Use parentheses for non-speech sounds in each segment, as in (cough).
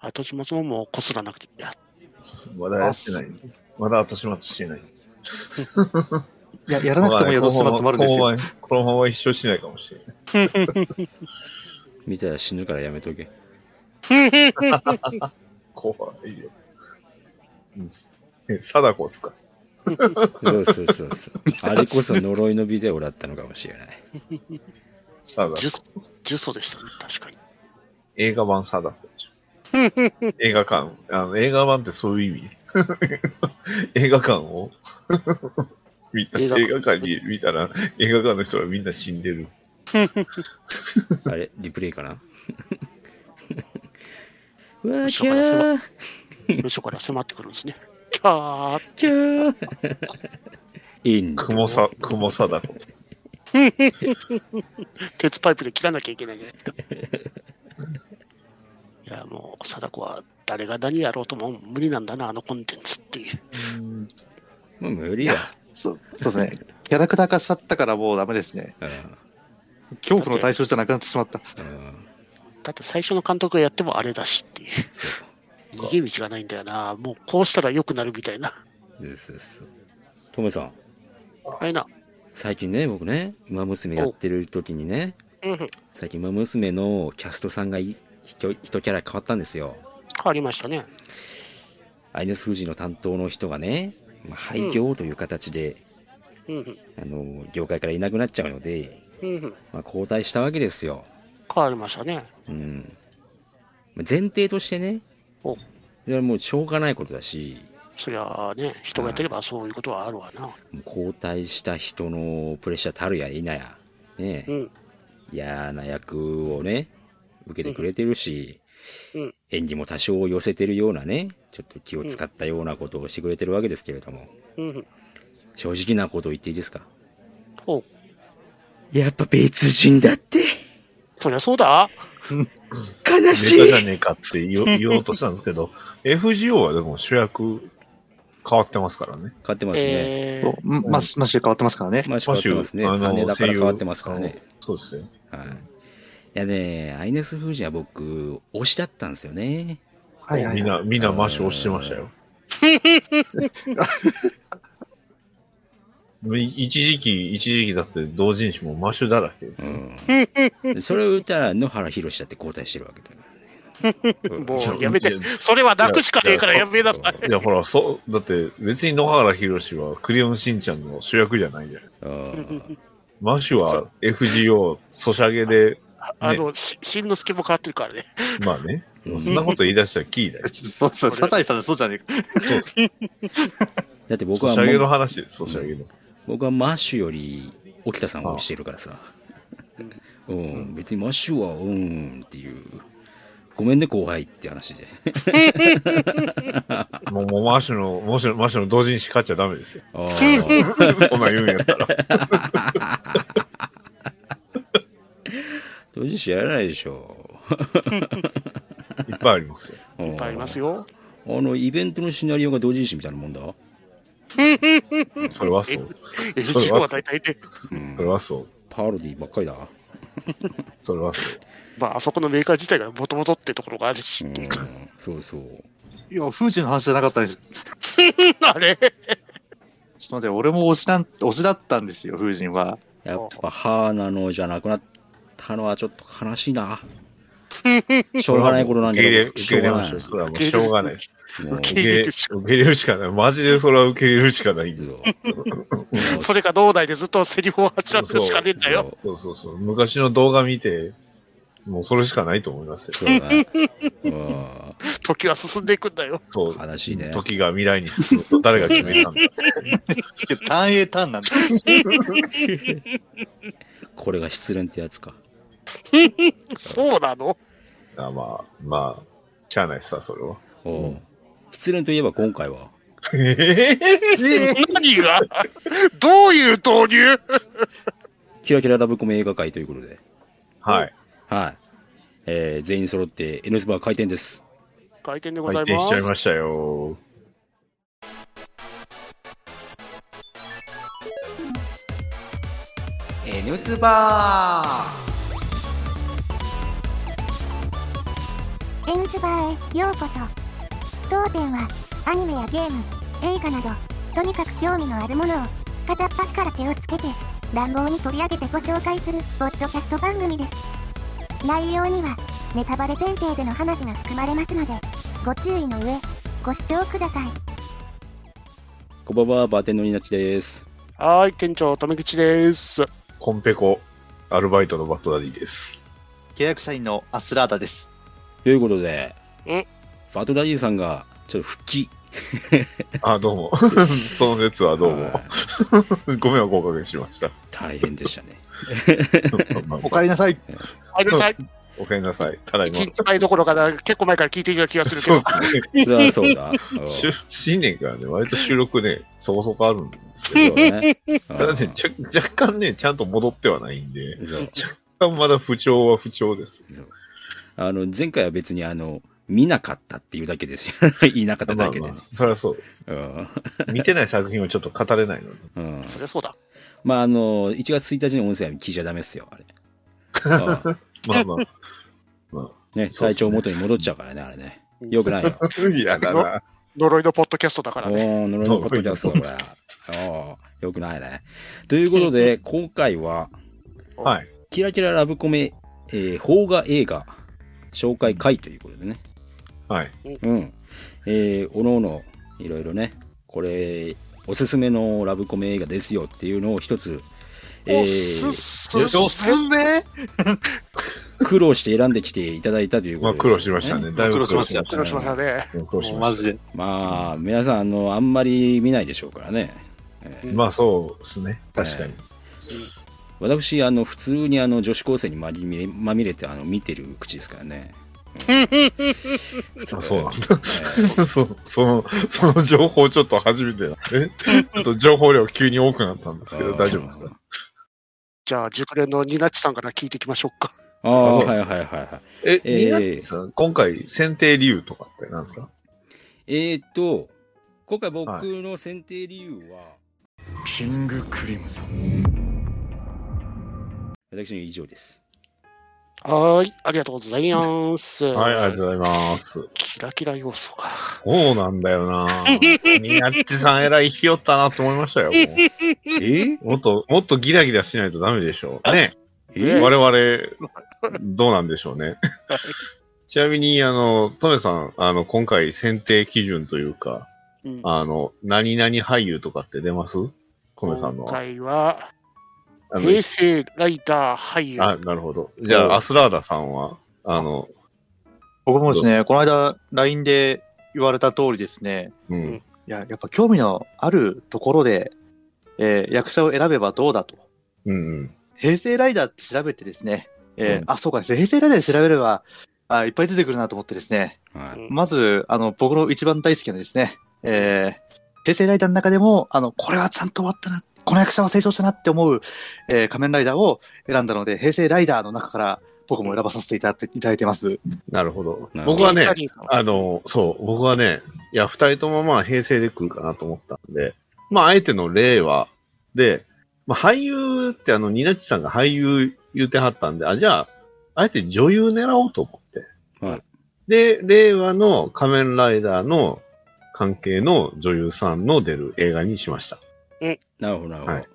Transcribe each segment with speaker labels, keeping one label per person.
Speaker 1: 後始末ももうこすらなくていいや。
Speaker 2: まだやってない。まだ後始末してない。
Speaker 3: いや、やらなくても宿始末もあるんですよ。
Speaker 2: まだねこのままこのまま一生しないかもしれない。
Speaker 4: 見たら死ぬからやめとけ。
Speaker 2: 怖いよ。うんえ、貞子っすか
Speaker 4: そうそうそうそう。あれこそ呪いのビデオだったのかもしれない。
Speaker 2: 貞子。
Speaker 1: 呪詛呪詛でしたね、確かに。
Speaker 2: 映画版貞子でしょ。映画館あの。映画版ってそういう意味。 (laughs) 映画館を (laughs) 見た
Speaker 1: 映
Speaker 2: 映
Speaker 1: 画館
Speaker 2: 画館に見たら、映画館の人はみんな死んでる。
Speaker 4: あれリプレイかな (laughs) うわ
Speaker 1: し
Speaker 4: キ
Speaker 1: ょうがないそ
Speaker 4: ャー
Speaker 1: 部署から迫ってくるんですね。キャーって
Speaker 4: キャーいいんだ。
Speaker 2: 雲さ、雲貞子。
Speaker 1: 鉄パイプで切らなきゃいけないじゃないですか。いや、もう、貞子は誰が何やろうとも無理なんだな、あのコンテンツっていう。
Speaker 4: もう無理だ。
Speaker 3: そうそうですね。キャラクター化しちゃったからもうダメですね。
Speaker 4: うん
Speaker 3: 恐怖の対象じゃなくなってしまった。
Speaker 4: うん
Speaker 1: だって最初の監督がやってもあれだしっていう。
Speaker 4: そ
Speaker 1: 逃げ道がないんだよな。もうこうしたら良くなるみたいな。
Speaker 4: うですそうそう。トメさん、
Speaker 1: あれな。
Speaker 4: 最近ね、僕ね、馬娘やってる時にね、
Speaker 1: うん。変
Speaker 4: 最近馬娘のキャストさんがい一一キャラ変わったんですよ。
Speaker 1: わりましたね。
Speaker 4: アイネス・フジの担当の人がね、まあ、廃業という形で、
Speaker 1: うんうん。
Speaker 4: あの、業界からいなくなっちゃうので、
Speaker 1: うんうん。
Speaker 4: まあ、交代したわけですよ。
Speaker 1: 変わりましたね。
Speaker 4: うん。まあ前提としてね、
Speaker 1: お
Speaker 4: それはもうしょうがないことだし、
Speaker 1: そりゃあね、人がやってればそういうことはあるわな。
Speaker 4: もう交代した人のプレッシャーたるやいなや、ね
Speaker 1: う、ん。
Speaker 4: 嫌な役をね、受けてくれてるし、
Speaker 1: うん
Speaker 4: 演技も多少寄せてるようなね、ちょっと気を使ったようなことをしてくれてるわけですけれども、
Speaker 1: うんうん。
Speaker 4: 正直なことを言っていいですか
Speaker 1: おう
Speaker 4: やっぱ別人だって、
Speaker 1: そりゃそうだ。
Speaker 4: 悲
Speaker 2: ネタじゃねえかっ
Speaker 1: (laughs)
Speaker 2: て言お言おうとしたんですけど、FGO はでも主役変わってますからね。
Speaker 4: 変わってますね。
Speaker 1: え
Speaker 3: そうまマッシュマッシュ変わってますからね。
Speaker 4: まあ、変わってますね。
Speaker 2: マシュあの
Speaker 4: 羽田から変わってますから
Speaker 2: 声優
Speaker 4: ね。
Speaker 2: そうですね。
Speaker 4: はい。いやね、アイネス・フージは僕、推しだったんですよね。
Speaker 3: はいは
Speaker 2: み
Speaker 3: い
Speaker 2: ん
Speaker 3: は
Speaker 2: な、
Speaker 3: い。
Speaker 2: みんなマシュをして
Speaker 1: (laughs)
Speaker 2: ましたよ。い一時期、一時期だって同人誌もマシュだらけですよ。
Speaker 4: うん。それを言ったら、野原宏だって交代してるわけだから、
Speaker 3: (laughs)
Speaker 4: ね。
Speaker 1: も
Speaker 2: じゃあ
Speaker 1: うやめて
Speaker 2: い。や
Speaker 1: (laughs) それはなくしかねえからやめなさい。
Speaker 2: いや、 (laughs) ほら、そう、だって別に野原宏はクレヨンしんちゃんの主役じゃないじゃん。
Speaker 4: うん
Speaker 2: マシュは FGO、ソシャゲで、
Speaker 1: あの、ししんのすけも変わってるからね。
Speaker 2: まあね、
Speaker 4: うん
Speaker 2: そんなこと言い出したらキーだ
Speaker 4: (laughs)
Speaker 2: よ。
Speaker 3: そうそうサザエさんでそうじゃねえか。
Speaker 2: そうです。
Speaker 4: だって僕
Speaker 2: ソ
Speaker 4: は
Speaker 2: シャゲの
Speaker 4: もう、
Speaker 2: 話です、ソシャゲの。
Speaker 4: 僕はマッシュより、沖田さんを推してるからさ。うん、別にマッシュは、うん、っていう。ごめんね、後輩って話で。
Speaker 2: もう、もうマシュの、マシュの、マシュの同人誌買っちゃダメですよ。
Speaker 4: あー
Speaker 2: そんなん言うんやったら。
Speaker 4: 同時知らないでしょ。
Speaker 2: いっぱいありますよ。
Speaker 4: い
Speaker 1: いっぱいあります。よ。
Speaker 4: あの、イベントのシナリオが同人誌みたいなもんだ。
Speaker 2: それはそう。それ
Speaker 1: FGO は
Speaker 2: はそう
Speaker 1: 大体ね、
Speaker 4: うん
Speaker 2: それ。はそう。
Speaker 4: パロディばっかりだ。
Speaker 2: それはそう。
Speaker 1: まあ、あそこのメーカー自体がもともとってところがあるし
Speaker 4: う
Speaker 1: ってい
Speaker 4: ん
Speaker 1: う、
Speaker 4: そうそう。
Speaker 3: いや、フージの話じゃなかったんです。ちょっ
Speaker 1: (laughs) あれ
Speaker 3: と待って、俺も推しなん推しだったんですよ、フージンは。
Speaker 4: やっぱ、歯なのじゃなくなったのはちょっと悲し
Speaker 2: (laughs)
Speaker 4: いな。しょうがないことなんじゃない
Speaker 2: 受
Speaker 4: し
Speaker 2: け
Speaker 4: ょ
Speaker 2: 入
Speaker 4: う
Speaker 2: れ
Speaker 4: が
Speaker 2: ま
Speaker 4: な
Speaker 2: し
Speaker 4: い
Speaker 2: ょう。。それはもうしょうがない。
Speaker 4: もう
Speaker 1: 受け
Speaker 2: 受け
Speaker 1: 入
Speaker 2: 入
Speaker 1: れ
Speaker 2: れ
Speaker 1: る
Speaker 2: る
Speaker 1: し
Speaker 2: しかない。マジでそれは受け入れるしかない。
Speaker 1: それが脳内でずっとセリフを発らせるしかねえんだよ。
Speaker 2: そうそうそう。昔の動画見て、もうそれしかないと思いますよ。
Speaker 4: そうだねうん
Speaker 1: 時は進んでいくんだよ。
Speaker 2: そう。
Speaker 4: 悲しいね。
Speaker 2: 時が未来に進むと誰が決めたんだ。
Speaker 3: いや単影単なんだ。
Speaker 4: これが失恋ってやつか。
Speaker 1: そうなの
Speaker 2: あまあ、まあ、しゃあないっすわ、それは。
Speaker 4: おう失恋といえば今回は、
Speaker 1: 何が (laughs) どういう導入
Speaker 4: キラキララブコメ映画会ということで、
Speaker 2: はい。
Speaker 4: はい。えー全員揃って、N スバー開店です。
Speaker 1: 回転でござ
Speaker 2: 回
Speaker 1: います
Speaker 2: 転しちゃい。ましたよ。
Speaker 5: N スバーエンズバーへようこそ当店はアニメやゲーム映画などとにかく興味のあるものを片っ端から手をつけて乱暴に取り上げてご紹介するポッドキャスト番組です内容にはネタバレ前提での話が含まれますのでご注意の上ご視聴ください
Speaker 4: こんばんは、バーテンのニナチです。
Speaker 1: はーい、店長、留吉です。
Speaker 2: コンペコ、アルバイトのバットダディです。
Speaker 3: 契約社員のアスラーダです。
Speaker 4: ということで、
Speaker 1: うん
Speaker 4: バトダディさんが、ちょっと復帰。
Speaker 2: あ、どうも。その熱はどうも
Speaker 4: は。い
Speaker 2: ご迷惑をおかけしました。
Speaker 4: 大変
Speaker 1: (laughs)
Speaker 4: でしたね。
Speaker 3: おかえりなさい。
Speaker 1: ありがとうござい
Speaker 2: おかえりなさい。ただいま
Speaker 1: 一。日前どころかな、結構前から聞いているような気がするけ
Speaker 2: そう
Speaker 1: ど
Speaker 2: で、すね。
Speaker 4: それ
Speaker 1: (laughs)
Speaker 4: はそうだ。うん
Speaker 2: しゅ新年からね、割と収録ね、そこそこあるんです
Speaker 4: そ
Speaker 2: け
Speaker 4: う
Speaker 2: ど、
Speaker 4: だねうん
Speaker 2: ただね、ちょ若干ね、ちゃんと戻ってはないんで、
Speaker 4: そう
Speaker 2: 若干まだ不調は不調です。
Speaker 4: あの、前回は別にあの、見なかったっていうだけですよ。 (laughs) 言いなかった
Speaker 2: ま
Speaker 4: だ
Speaker 2: あ
Speaker 4: け
Speaker 2: まあ、
Speaker 4: です。
Speaker 2: そりゃそうです。
Speaker 4: うん
Speaker 2: 見てない作品はちょっと語れないので。
Speaker 4: うん
Speaker 1: そりゃそうだ。
Speaker 4: まあ、あの、1月1日の音声は聞いちゃダメっすよ、
Speaker 2: (laughs)
Speaker 4: あれ。うん
Speaker 2: まあまあ。
Speaker 4: ね、
Speaker 2: そうっすね
Speaker 4: 体調元に戻っちゃうからね、あれね。よくないよ。
Speaker 2: 嫌だな。
Speaker 1: 呪いのポッドキャストだから
Speaker 4: お
Speaker 1: ね。
Speaker 4: ー、呪いのポッドキャストだ、
Speaker 1: (laughs)
Speaker 4: これ。おー、よくないね。ということで、今回は、
Speaker 2: はい。
Speaker 4: キラキララブコメ、えー、邦画映画紹介会ということでね。
Speaker 2: はい。
Speaker 4: うん。えー、おのおの、いろいろね、これ、おすすめのラブコメ映画ですよっていうのを一つ、え
Speaker 1: おす
Speaker 4: ー、
Speaker 1: す
Speaker 2: よし
Speaker 3: おすすめ
Speaker 4: 苦労して選んできていただいたというこ
Speaker 2: ま
Speaker 4: と
Speaker 2: あ
Speaker 4: です、
Speaker 2: 苦労しました。ね。だいぶ苦労しま
Speaker 1: 失
Speaker 2: し
Speaker 1: 礼しましたね。
Speaker 2: た。苦労しま
Speaker 3: マ
Speaker 2: し
Speaker 3: ジで。
Speaker 4: まあ、皆さん、あの、あんまり見ないでしょうからね。
Speaker 2: た。まあそうですね。確かに。
Speaker 4: 私、あの、普通にあの、女子高生にまみれまみれて、あの、見てる口ですからね。うん、
Speaker 2: あ (laughs) そうなん
Speaker 4: え
Speaker 2: だ。 (laughs) そその、その情報ちょっと初めてだ。えちょっと情報量急に多くなったんですけど、(laughs)
Speaker 4: ー
Speaker 2: 大丈夫ですか
Speaker 1: じゃあ、熟練のニナッチさんから聞いていきましょうか。
Speaker 4: ああ、
Speaker 2: あそう
Speaker 4: は
Speaker 2: で
Speaker 4: い
Speaker 2: す
Speaker 4: はいはいはい。
Speaker 2: え、
Speaker 4: えー
Speaker 2: みなっちさん、今回選定理由とかって何ですか
Speaker 4: えー、っと、今回僕
Speaker 2: はい
Speaker 4: の選定理由は、
Speaker 6: キングクリムゾン
Speaker 4: 私の以上です。
Speaker 1: はーい、ありがとうございます。
Speaker 2: はい、ありがとうございます。
Speaker 1: キラキラ要素が。
Speaker 2: そうなんだよなみなっちさん偉いひよったなと思いましたよ。も
Speaker 4: えー、
Speaker 2: うもっと、もっとギラギラしないとダメでしょう。ね。
Speaker 4: え
Speaker 2: 我々、
Speaker 4: (laughs)
Speaker 2: どうなんでしょうね。ちなみに、あの、トメさん、あの、今回選定基準というか、
Speaker 1: うん
Speaker 2: あの、何々俳優とかって出ますトメさんの
Speaker 1: 今。回は、
Speaker 2: あの
Speaker 1: 平成ライター俳優。
Speaker 2: あ、なるほど。じゃ
Speaker 4: うん
Speaker 2: あ、アスラーダさんは、あの、
Speaker 3: 僕もですね、この間、LINE で言われた通りですね、
Speaker 2: うん。
Speaker 3: いや、やっぱ興味のあるところで、えー役者を選べばどうだと。
Speaker 2: うんうん。
Speaker 3: 平成ライダーって調べてですね、え
Speaker 2: う
Speaker 3: ー
Speaker 2: ん
Speaker 3: あ、そうかですね、平成ライダーで調べれば、あいっぱい出てくるなと思ってですね、
Speaker 4: はい、
Speaker 3: まず、あの、僕の一番大好きなですね、えー平成ライダーの中でも、あの、これはちゃんと終わったな、この役者は成長したなって思う、えー仮面ライダーを選んだので、平成ライダーの中から僕も選ばさせていただいていただいてます。
Speaker 2: なるほど
Speaker 4: なるほど。
Speaker 2: 僕はね
Speaker 1: ラ、リーさん
Speaker 2: あの、そう、僕はね、いや、二人ともまあ平成で来るかなと思ったんで、まあ、あえての令和で、まあ、俳優ってあの、ニナッチさんが俳優言うてはったんで、あ、じゃあ、あえて女優狙おうと思って。
Speaker 4: はい
Speaker 2: で、令和の仮面ライダーの関係の女優さんの出る映画にしました。
Speaker 4: なるほど、なるほど。
Speaker 2: はい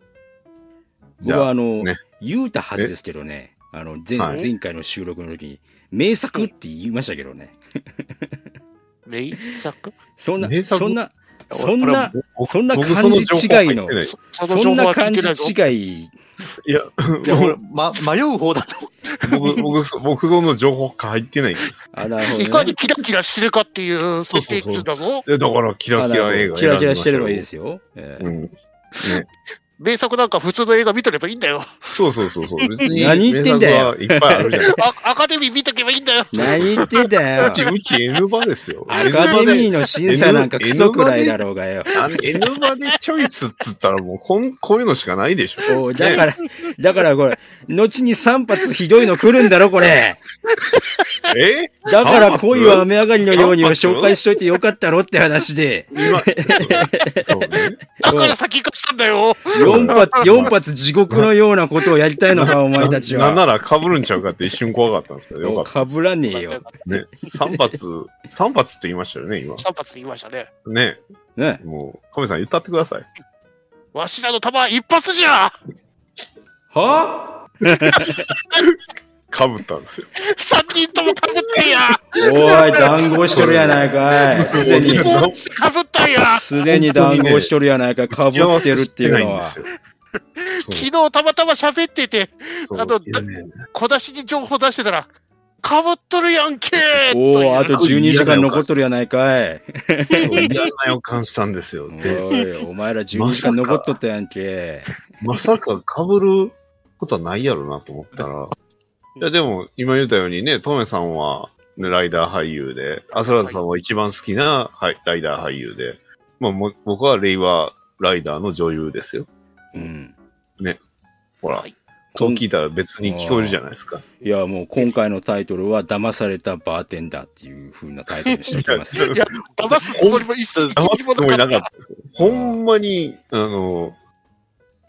Speaker 2: じ
Speaker 4: 僕
Speaker 2: ゃ
Speaker 4: は
Speaker 2: あ
Speaker 4: あの、
Speaker 2: ね
Speaker 4: 言うたはずですけどね、あの前、
Speaker 2: はい
Speaker 4: 前回の収録の時に、名作って言いましたけどね。
Speaker 1: 名作
Speaker 4: そんな、
Speaker 2: 名作
Speaker 4: そんな、そんな、
Speaker 2: 僕
Speaker 4: そんな
Speaker 2: 僕
Speaker 4: 感じ
Speaker 2: その情報
Speaker 4: 違いの
Speaker 2: 入ってない
Speaker 1: そその
Speaker 4: そん
Speaker 1: 情報
Speaker 4: な
Speaker 1: は聞
Speaker 4: 感
Speaker 1: いて
Speaker 4: じ
Speaker 1: ないぞ。
Speaker 4: 違い。
Speaker 2: いや、
Speaker 3: いや、
Speaker 4: (laughs)
Speaker 3: ほら、ま、迷う方だと思って。
Speaker 2: 僕、僕そ、僕その情報入ってないんです。
Speaker 4: あ、なるほ
Speaker 1: い
Speaker 4: ど、
Speaker 1: か
Speaker 4: ね
Speaker 1: に。キラキラしてるかっていう想定基準だぞ。
Speaker 2: いやだから、キラキラ映画。
Speaker 4: キラキラしてればいいですすよ。え
Speaker 2: う
Speaker 4: え
Speaker 2: ん。ね、
Speaker 1: 名作なんか普通の映画見とればいいんだよ。
Speaker 2: そうそうそうそう。別に、
Speaker 4: 何言ってんだよ
Speaker 2: 名作はいっぱいあるじゃん。
Speaker 1: あアカデミー見とけばいいんだよ。
Speaker 4: 何言ってんだ
Speaker 2: (laughs)
Speaker 4: よ
Speaker 2: う。ち、うち N 場ですよ。
Speaker 4: アカデミーの審査なんか
Speaker 2: N-
Speaker 4: クソくらいだろうが
Speaker 2: (laughs) N
Speaker 4: よ。
Speaker 2: 場で。あの N 場でチョイスっつったらもうこん、こういうのしかないでしょ。
Speaker 4: おうだから、だからこれ、後に3発ひどいの来るんだろ、これ。
Speaker 2: え
Speaker 4: だから恋は雨上がりのようにを紹介しといてよかったろって話で、
Speaker 2: 今、そうね。
Speaker 1: だから先行かしたんだよ。
Speaker 4: 4発、四発地獄のようなことをやりたいの
Speaker 2: (laughs)
Speaker 4: か、お前たち
Speaker 2: な
Speaker 4: は。
Speaker 2: なんなら被るんちゃうかって一瞬怖かったんですけど、よかった。
Speaker 4: かぶらねえよ。
Speaker 2: ね。3発、3発って言いましたよね、今。
Speaker 1: 3発で言いましたね。
Speaker 2: ね。
Speaker 4: ね。
Speaker 2: もう、亀さん言ったってください。
Speaker 1: わしらの弾一発じゃ
Speaker 4: は
Speaker 2: 被ったんですよ。
Speaker 1: !3 人ともかぶったんや
Speaker 4: おい、談合しとるやないかい。すでに、
Speaker 1: こうしてかぶったんや
Speaker 4: すでに談合しとるやないかい。かぶってるっていうのは。
Speaker 2: 幸せしてないんですよ。
Speaker 1: 昨日たまたま喋ってて、
Speaker 2: そう
Speaker 1: あと
Speaker 2: そういやね
Speaker 1: 小出しに情報出してたら、かぶっとるやんけ
Speaker 4: おお、あと
Speaker 1: という
Speaker 4: 12時間残っとるやないかい。
Speaker 2: そう嫌な予感したんですよ。で、
Speaker 4: おい、お前ら12時間残っとったやんけ。
Speaker 2: まさか被ることはないやろなと思ったら。いや、でも、今言ったようにね、トメさんは、ね、ライダー俳優で、アスラーズさんは一番好きな、はい、ライダー俳優で、まあ、もう僕は令和ライダーの女優ですよ。
Speaker 4: うん。
Speaker 2: ほら、
Speaker 1: はい
Speaker 2: そう聞いたら別に聞こえるじゃないですか。
Speaker 4: いや、もう今回のタイトルは、騙されたバーテンダーっていう風なタイトルにしておきます。
Speaker 2: いや
Speaker 1: いや、騙すつもりも一切。
Speaker 2: 騙すつもりなかったたですよ。ほんまに、あの、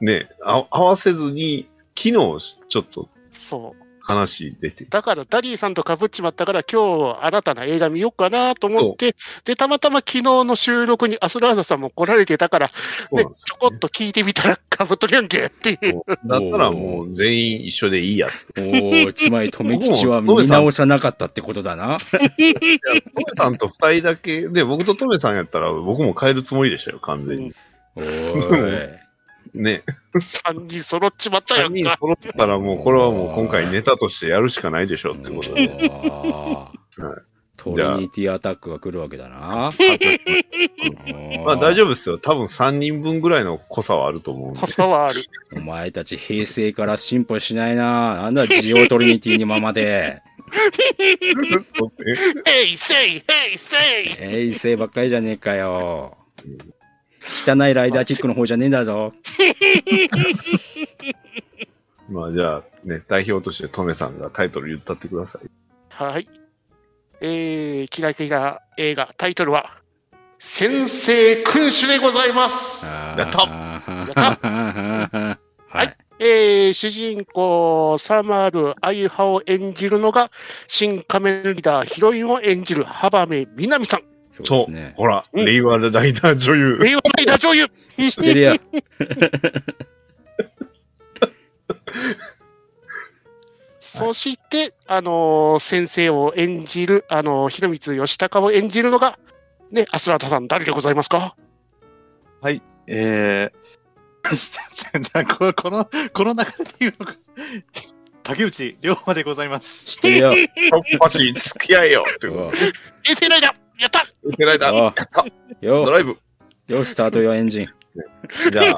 Speaker 2: ね、あ合わせずに、昨日ちょっと
Speaker 1: そう。
Speaker 2: 話出て、
Speaker 1: だから、ダディさんとかぶっちまったから、今日新たな映画見ようかなと思って、で、たまたま昨日の収録にアスラーザさんも来られてたから、
Speaker 2: そう
Speaker 1: ね
Speaker 2: なんです
Speaker 1: ちょこ
Speaker 2: よ
Speaker 1: っと聞いてみたら、かぶっとるやんけっていう。
Speaker 2: だったらもう全員一緒でいいやって。
Speaker 4: おお、つまり、留吉は見直さなかったってことだな。
Speaker 2: いやトメさんと二人だけで、僕とトメさんやったら僕も変えるつもりでしたよ、完全に。
Speaker 4: おーい。
Speaker 2: ね。
Speaker 1: 3人揃っちまったや
Speaker 2: 三
Speaker 1: ん
Speaker 2: 人
Speaker 1: か。
Speaker 2: 揃ったらもうこれはもう今回ネタとしてやるしかないでしょうってことで。
Speaker 4: あートリニティアタックが来るわけだな。
Speaker 2: (laughs) まあ大丈夫ですよ。多分三人分ぐらいの濃さはあると思うんで
Speaker 1: こ。そはある。
Speaker 4: 夫。お前たち平成から進歩しないな。なんだ、ジオトリニティにままで。
Speaker 1: ヘイセイヘイセイ
Speaker 4: 平成ばっかりじゃねえかよ。汚いライダーキックの方じゃねえんだぞ。
Speaker 2: (laughs) まあじゃあね、代表としてトメさんがタイトル言ったってください。
Speaker 1: はい。えー、キラキラ映画、タイトルは、先生君主でございます。
Speaker 2: やった
Speaker 4: ったはい。
Speaker 1: えー、主人公、サマール・アユハを演じるのが、新仮面ライダーヒロインを演じる浜辺美波さん。
Speaker 4: そうですね。
Speaker 2: ほら、
Speaker 1: うん
Speaker 2: 令和ライダー女優。
Speaker 1: 令和ライダー女優。
Speaker 4: 知ってるや。
Speaker 1: そして、あのー先生を演じる、あのー、広光義孝を演じるのが、ね、アスラタさん、誰でございますか
Speaker 3: えー、 (laughs) なんかここの、この流れで言うのか。竹内龍馬でございます。
Speaker 4: 知ってるよ。
Speaker 2: トッパシー付き合えよっていうこと。
Speaker 1: 衛星ライダーやった
Speaker 2: 受けられた。やったド
Speaker 4: よ、
Speaker 2: ライブ
Speaker 4: よ、スタートよ、エンジン。
Speaker 2: じゃあ、ね、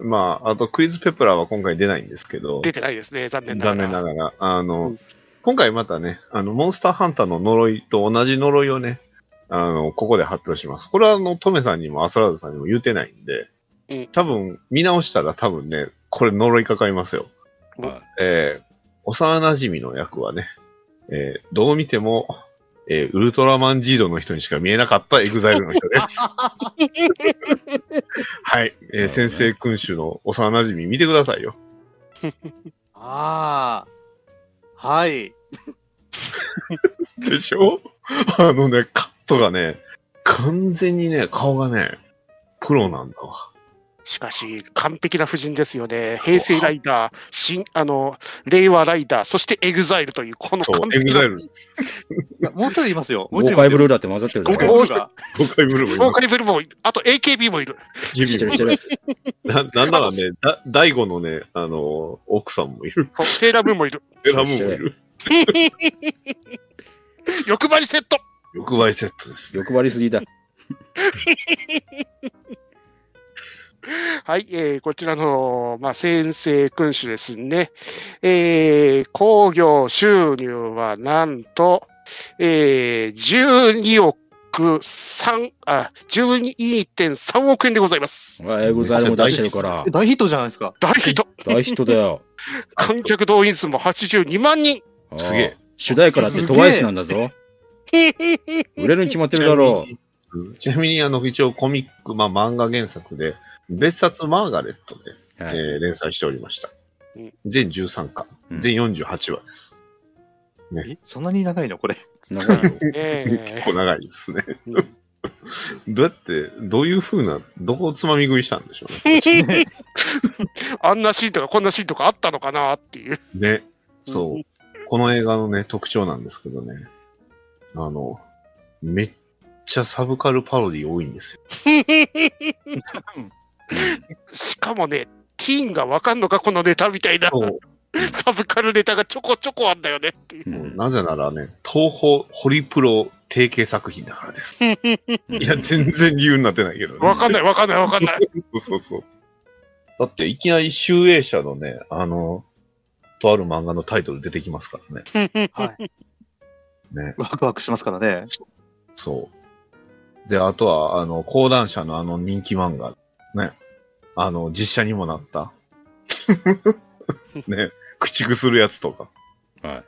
Speaker 2: まあ、あとクイズペプラーは今回出ないんですけど、
Speaker 1: 出てないですね、残念ながら。
Speaker 2: 残念ながら、あの、
Speaker 1: うん
Speaker 2: 今回またね、あの、モンスターハンターの呪いと同じ呪いをね、あの、ここで発表します。これはあの、トメさんにもアスラーズさんにも言ってないんで
Speaker 1: うん、
Speaker 2: 多分、見直したら多分ね、これ呪いかかりますよ。えー、幼馴染の役はね、えー、どう見ても、えー、ウルトラマンジードの人にしか見えなかったエグザイルの
Speaker 1: (laughs)
Speaker 2: 人です。はい、えー、先生君主の幼馴染見てくださいよ。
Speaker 3: ああ。はい。
Speaker 2: でしょ (laughs) あのね、カットがね、完全にね、顔がね、プロなんだわ。
Speaker 1: しかし、完璧な布陣ですよね。平成ライダー、新、あの、令和ライダー、そしてエグザイルという、この
Speaker 2: そう
Speaker 1: 完、
Speaker 2: エグ
Speaker 1: 璧
Speaker 2: ザイ
Speaker 1: な
Speaker 2: ル、
Speaker 3: いやもう一人いますよ。もう
Speaker 4: 豪
Speaker 3: 一人いま
Speaker 4: 快
Speaker 3: す
Speaker 4: ブ
Speaker 3: よ。
Speaker 4: ルーだって混ざってるだ
Speaker 3: 豪
Speaker 4: ろ
Speaker 1: 豪快
Speaker 3: 快ブルーが。
Speaker 2: 東海ブルー
Speaker 1: ボー
Speaker 2: も
Speaker 1: カルブルも、あと AKB もいる。
Speaker 2: い
Speaker 1: (laughs)
Speaker 2: る
Speaker 4: 知ってる知ってる。
Speaker 2: ななんならね、だ大悟のね、あの、奥さんもいる。
Speaker 1: そうセーラームーンもいる。 (laughs)
Speaker 2: セラムーンもいる。
Speaker 1: 欲張りセット
Speaker 2: 欲張りセットです。
Speaker 4: 欲張りすぎだ。
Speaker 1: はい、えーこちらの、まあ、先生君主ですね。えー、工業収入はなんと、えー、12億3、あ、12.3億円でございます。
Speaker 4: エグザイルも出してるから
Speaker 3: え。大ヒットじゃないですか。
Speaker 1: 大ヒット
Speaker 4: 大ヒットだよ。
Speaker 1: 観客動員数も82万人
Speaker 2: すげえ。
Speaker 4: 主題歌だってトワイスなんだぞ。売れるに決まってるだろう。
Speaker 2: うんちなみに、あの、一応コミック、まあ漫画原作で、別冊マーガレットで、
Speaker 4: はい
Speaker 2: えー連載しておりました
Speaker 1: うん。
Speaker 2: 全13巻、
Speaker 4: うん
Speaker 2: 全48話です。
Speaker 3: え、そんなに長いのこれ。
Speaker 4: 長いの
Speaker 1: え
Speaker 2: 結構長いですね。
Speaker 1: うん
Speaker 2: どうやって、どういうふうな、どこをつまみ食いしたんでしょうね。
Speaker 1: あんなシーンとかこんなシーンとかあったのかなっていう。
Speaker 2: ね、そう。この映画のね、特徴なんですけどね。あの、めっちゃサブカルパロディ多いんですよ。
Speaker 1: しかもね、ティーンがわかんのか、このネタみたいな、
Speaker 2: そう
Speaker 1: サブカルネタがちょこちょこあんだよねっていう。
Speaker 2: (laughs)
Speaker 4: うん
Speaker 2: なぜならね、東宝ホリプロ提携作品だから (laughs) です。いや、全然理由になってないけどね。
Speaker 1: わかんない、わかんない、わかんない。
Speaker 2: そうそうそう。だって、いきなり集英社のね、あの、とある漫画のタイトル出てきますからね。
Speaker 3: はい。
Speaker 2: ね。
Speaker 3: ワクワクしますからね。
Speaker 2: そう。で、あとは、あの、講談社のあの人気漫画、ね。あの、実写にもな
Speaker 1: (laughs)
Speaker 2: った。ね。駆逐するやつとか、
Speaker 4: はい。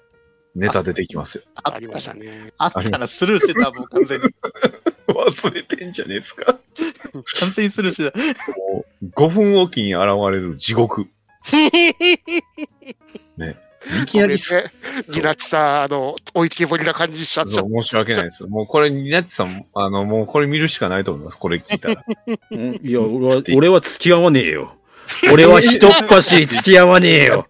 Speaker 2: ネタ出てきますよ。
Speaker 1: ありましたね。
Speaker 3: あったな、スルーしてた、もう完全に。
Speaker 2: 忘れてんじゃねえっすか。
Speaker 3: 完全にスルーしてた。
Speaker 2: もう5分おきに現れる
Speaker 1: (laughs)
Speaker 2: 地獄。いきなり
Speaker 1: ね、ギナチさん、あの、置いてけぼりな感じしちゃっちゃっ
Speaker 2: そう申し訳ないです。もうこれ、ニナッチさん、あの、もうこれ見るしかないと思います。これ聞いたら。
Speaker 4: うんいや、俺は、俺は付き合わねえよ。俺は一っ走付き合わねえよ。
Speaker 2: だ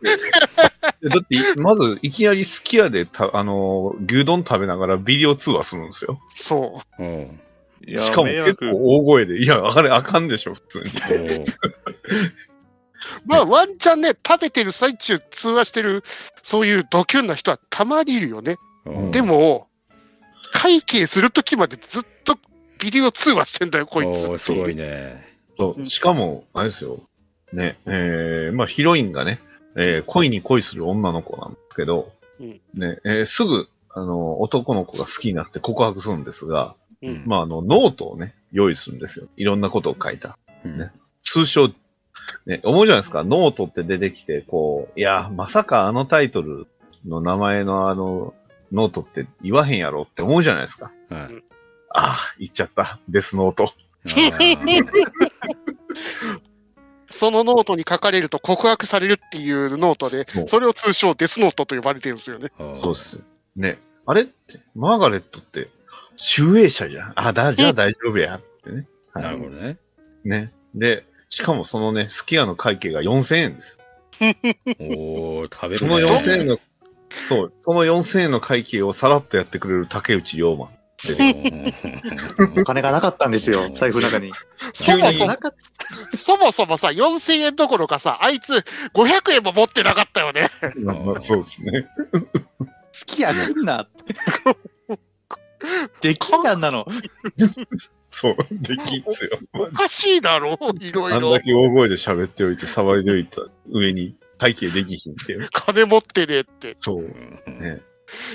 Speaker 2: って、まず、いきなりすき家でた、あの、牛丼食べながらビデオ通話するんですよ。
Speaker 1: そ
Speaker 4: うん
Speaker 3: い
Speaker 2: しかも
Speaker 3: 迷
Speaker 2: 結構
Speaker 3: 惑
Speaker 2: 大声で。いや、あれあかんでしょ、普通に。
Speaker 1: う。まあ、ワンチャンね、食べてる最中、通話してる、そういうドキュンな人はたまにいるよね。
Speaker 4: うん
Speaker 1: でも、会計するときまでずっとビデオ通話してんだよ、こいつ。
Speaker 4: おーすごいね。
Speaker 2: そう。しかも、あれですよ。ね、えー、まあ、ヒロインがね、えー恋に恋する女の子なんですけど、
Speaker 1: うん
Speaker 2: ね、えーすぐ、あの、男の子が好きになって告白するんですが、
Speaker 1: うん
Speaker 2: まあ、あの、ノートをね、用意するんですよ。いろんなことを書いた。
Speaker 4: うん
Speaker 2: ね通称、ね、思うじゃないですか、ノートって出てきて、こう、いや、まさかあのタイトルの名前のあの、ノートって言わへんやろって思うじゃないですか。
Speaker 4: はい
Speaker 2: ああ、言っちゃった。デスノート。
Speaker 4: あー
Speaker 1: そのノートに書かれると告白されるっていうノートで、
Speaker 2: そう
Speaker 1: それを通称デスノートと呼ばれてるんですよね。
Speaker 4: あー
Speaker 2: そうっす。ね。あれって、マーガレットって、集英社じゃん。あ、だ、じゃあ大丈夫や。ってね。はい
Speaker 4: なるほどね。
Speaker 2: ね。で、しかもそのね、スキヤの会計が4000円ですよ。
Speaker 4: おお食べ
Speaker 2: その
Speaker 4: るね。
Speaker 2: 4000円の、そう、その4000円の会計をさらっとやってくれる竹内龍馬。
Speaker 4: うん
Speaker 3: お金がなかったんですよ、財布の中に。
Speaker 1: そもそも
Speaker 3: な、かっ
Speaker 1: そもそもさ、4000円どころかさ、あいつ500円も持ってなかったよね。
Speaker 2: (laughs)
Speaker 4: ん
Speaker 2: そうですね。
Speaker 3: 好きやくんなって。 (laughs) できんだんなの。
Speaker 2: そう、できんすよ。
Speaker 1: おかしいだろ、いろ
Speaker 2: あ
Speaker 1: い
Speaker 2: んだ
Speaker 1: ろ。
Speaker 2: け大声で喋っておいて、騒いでおいた上に会計できひんっていう。
Speaker 1: 金持ってねえって。
Speaker 2: そう。ね。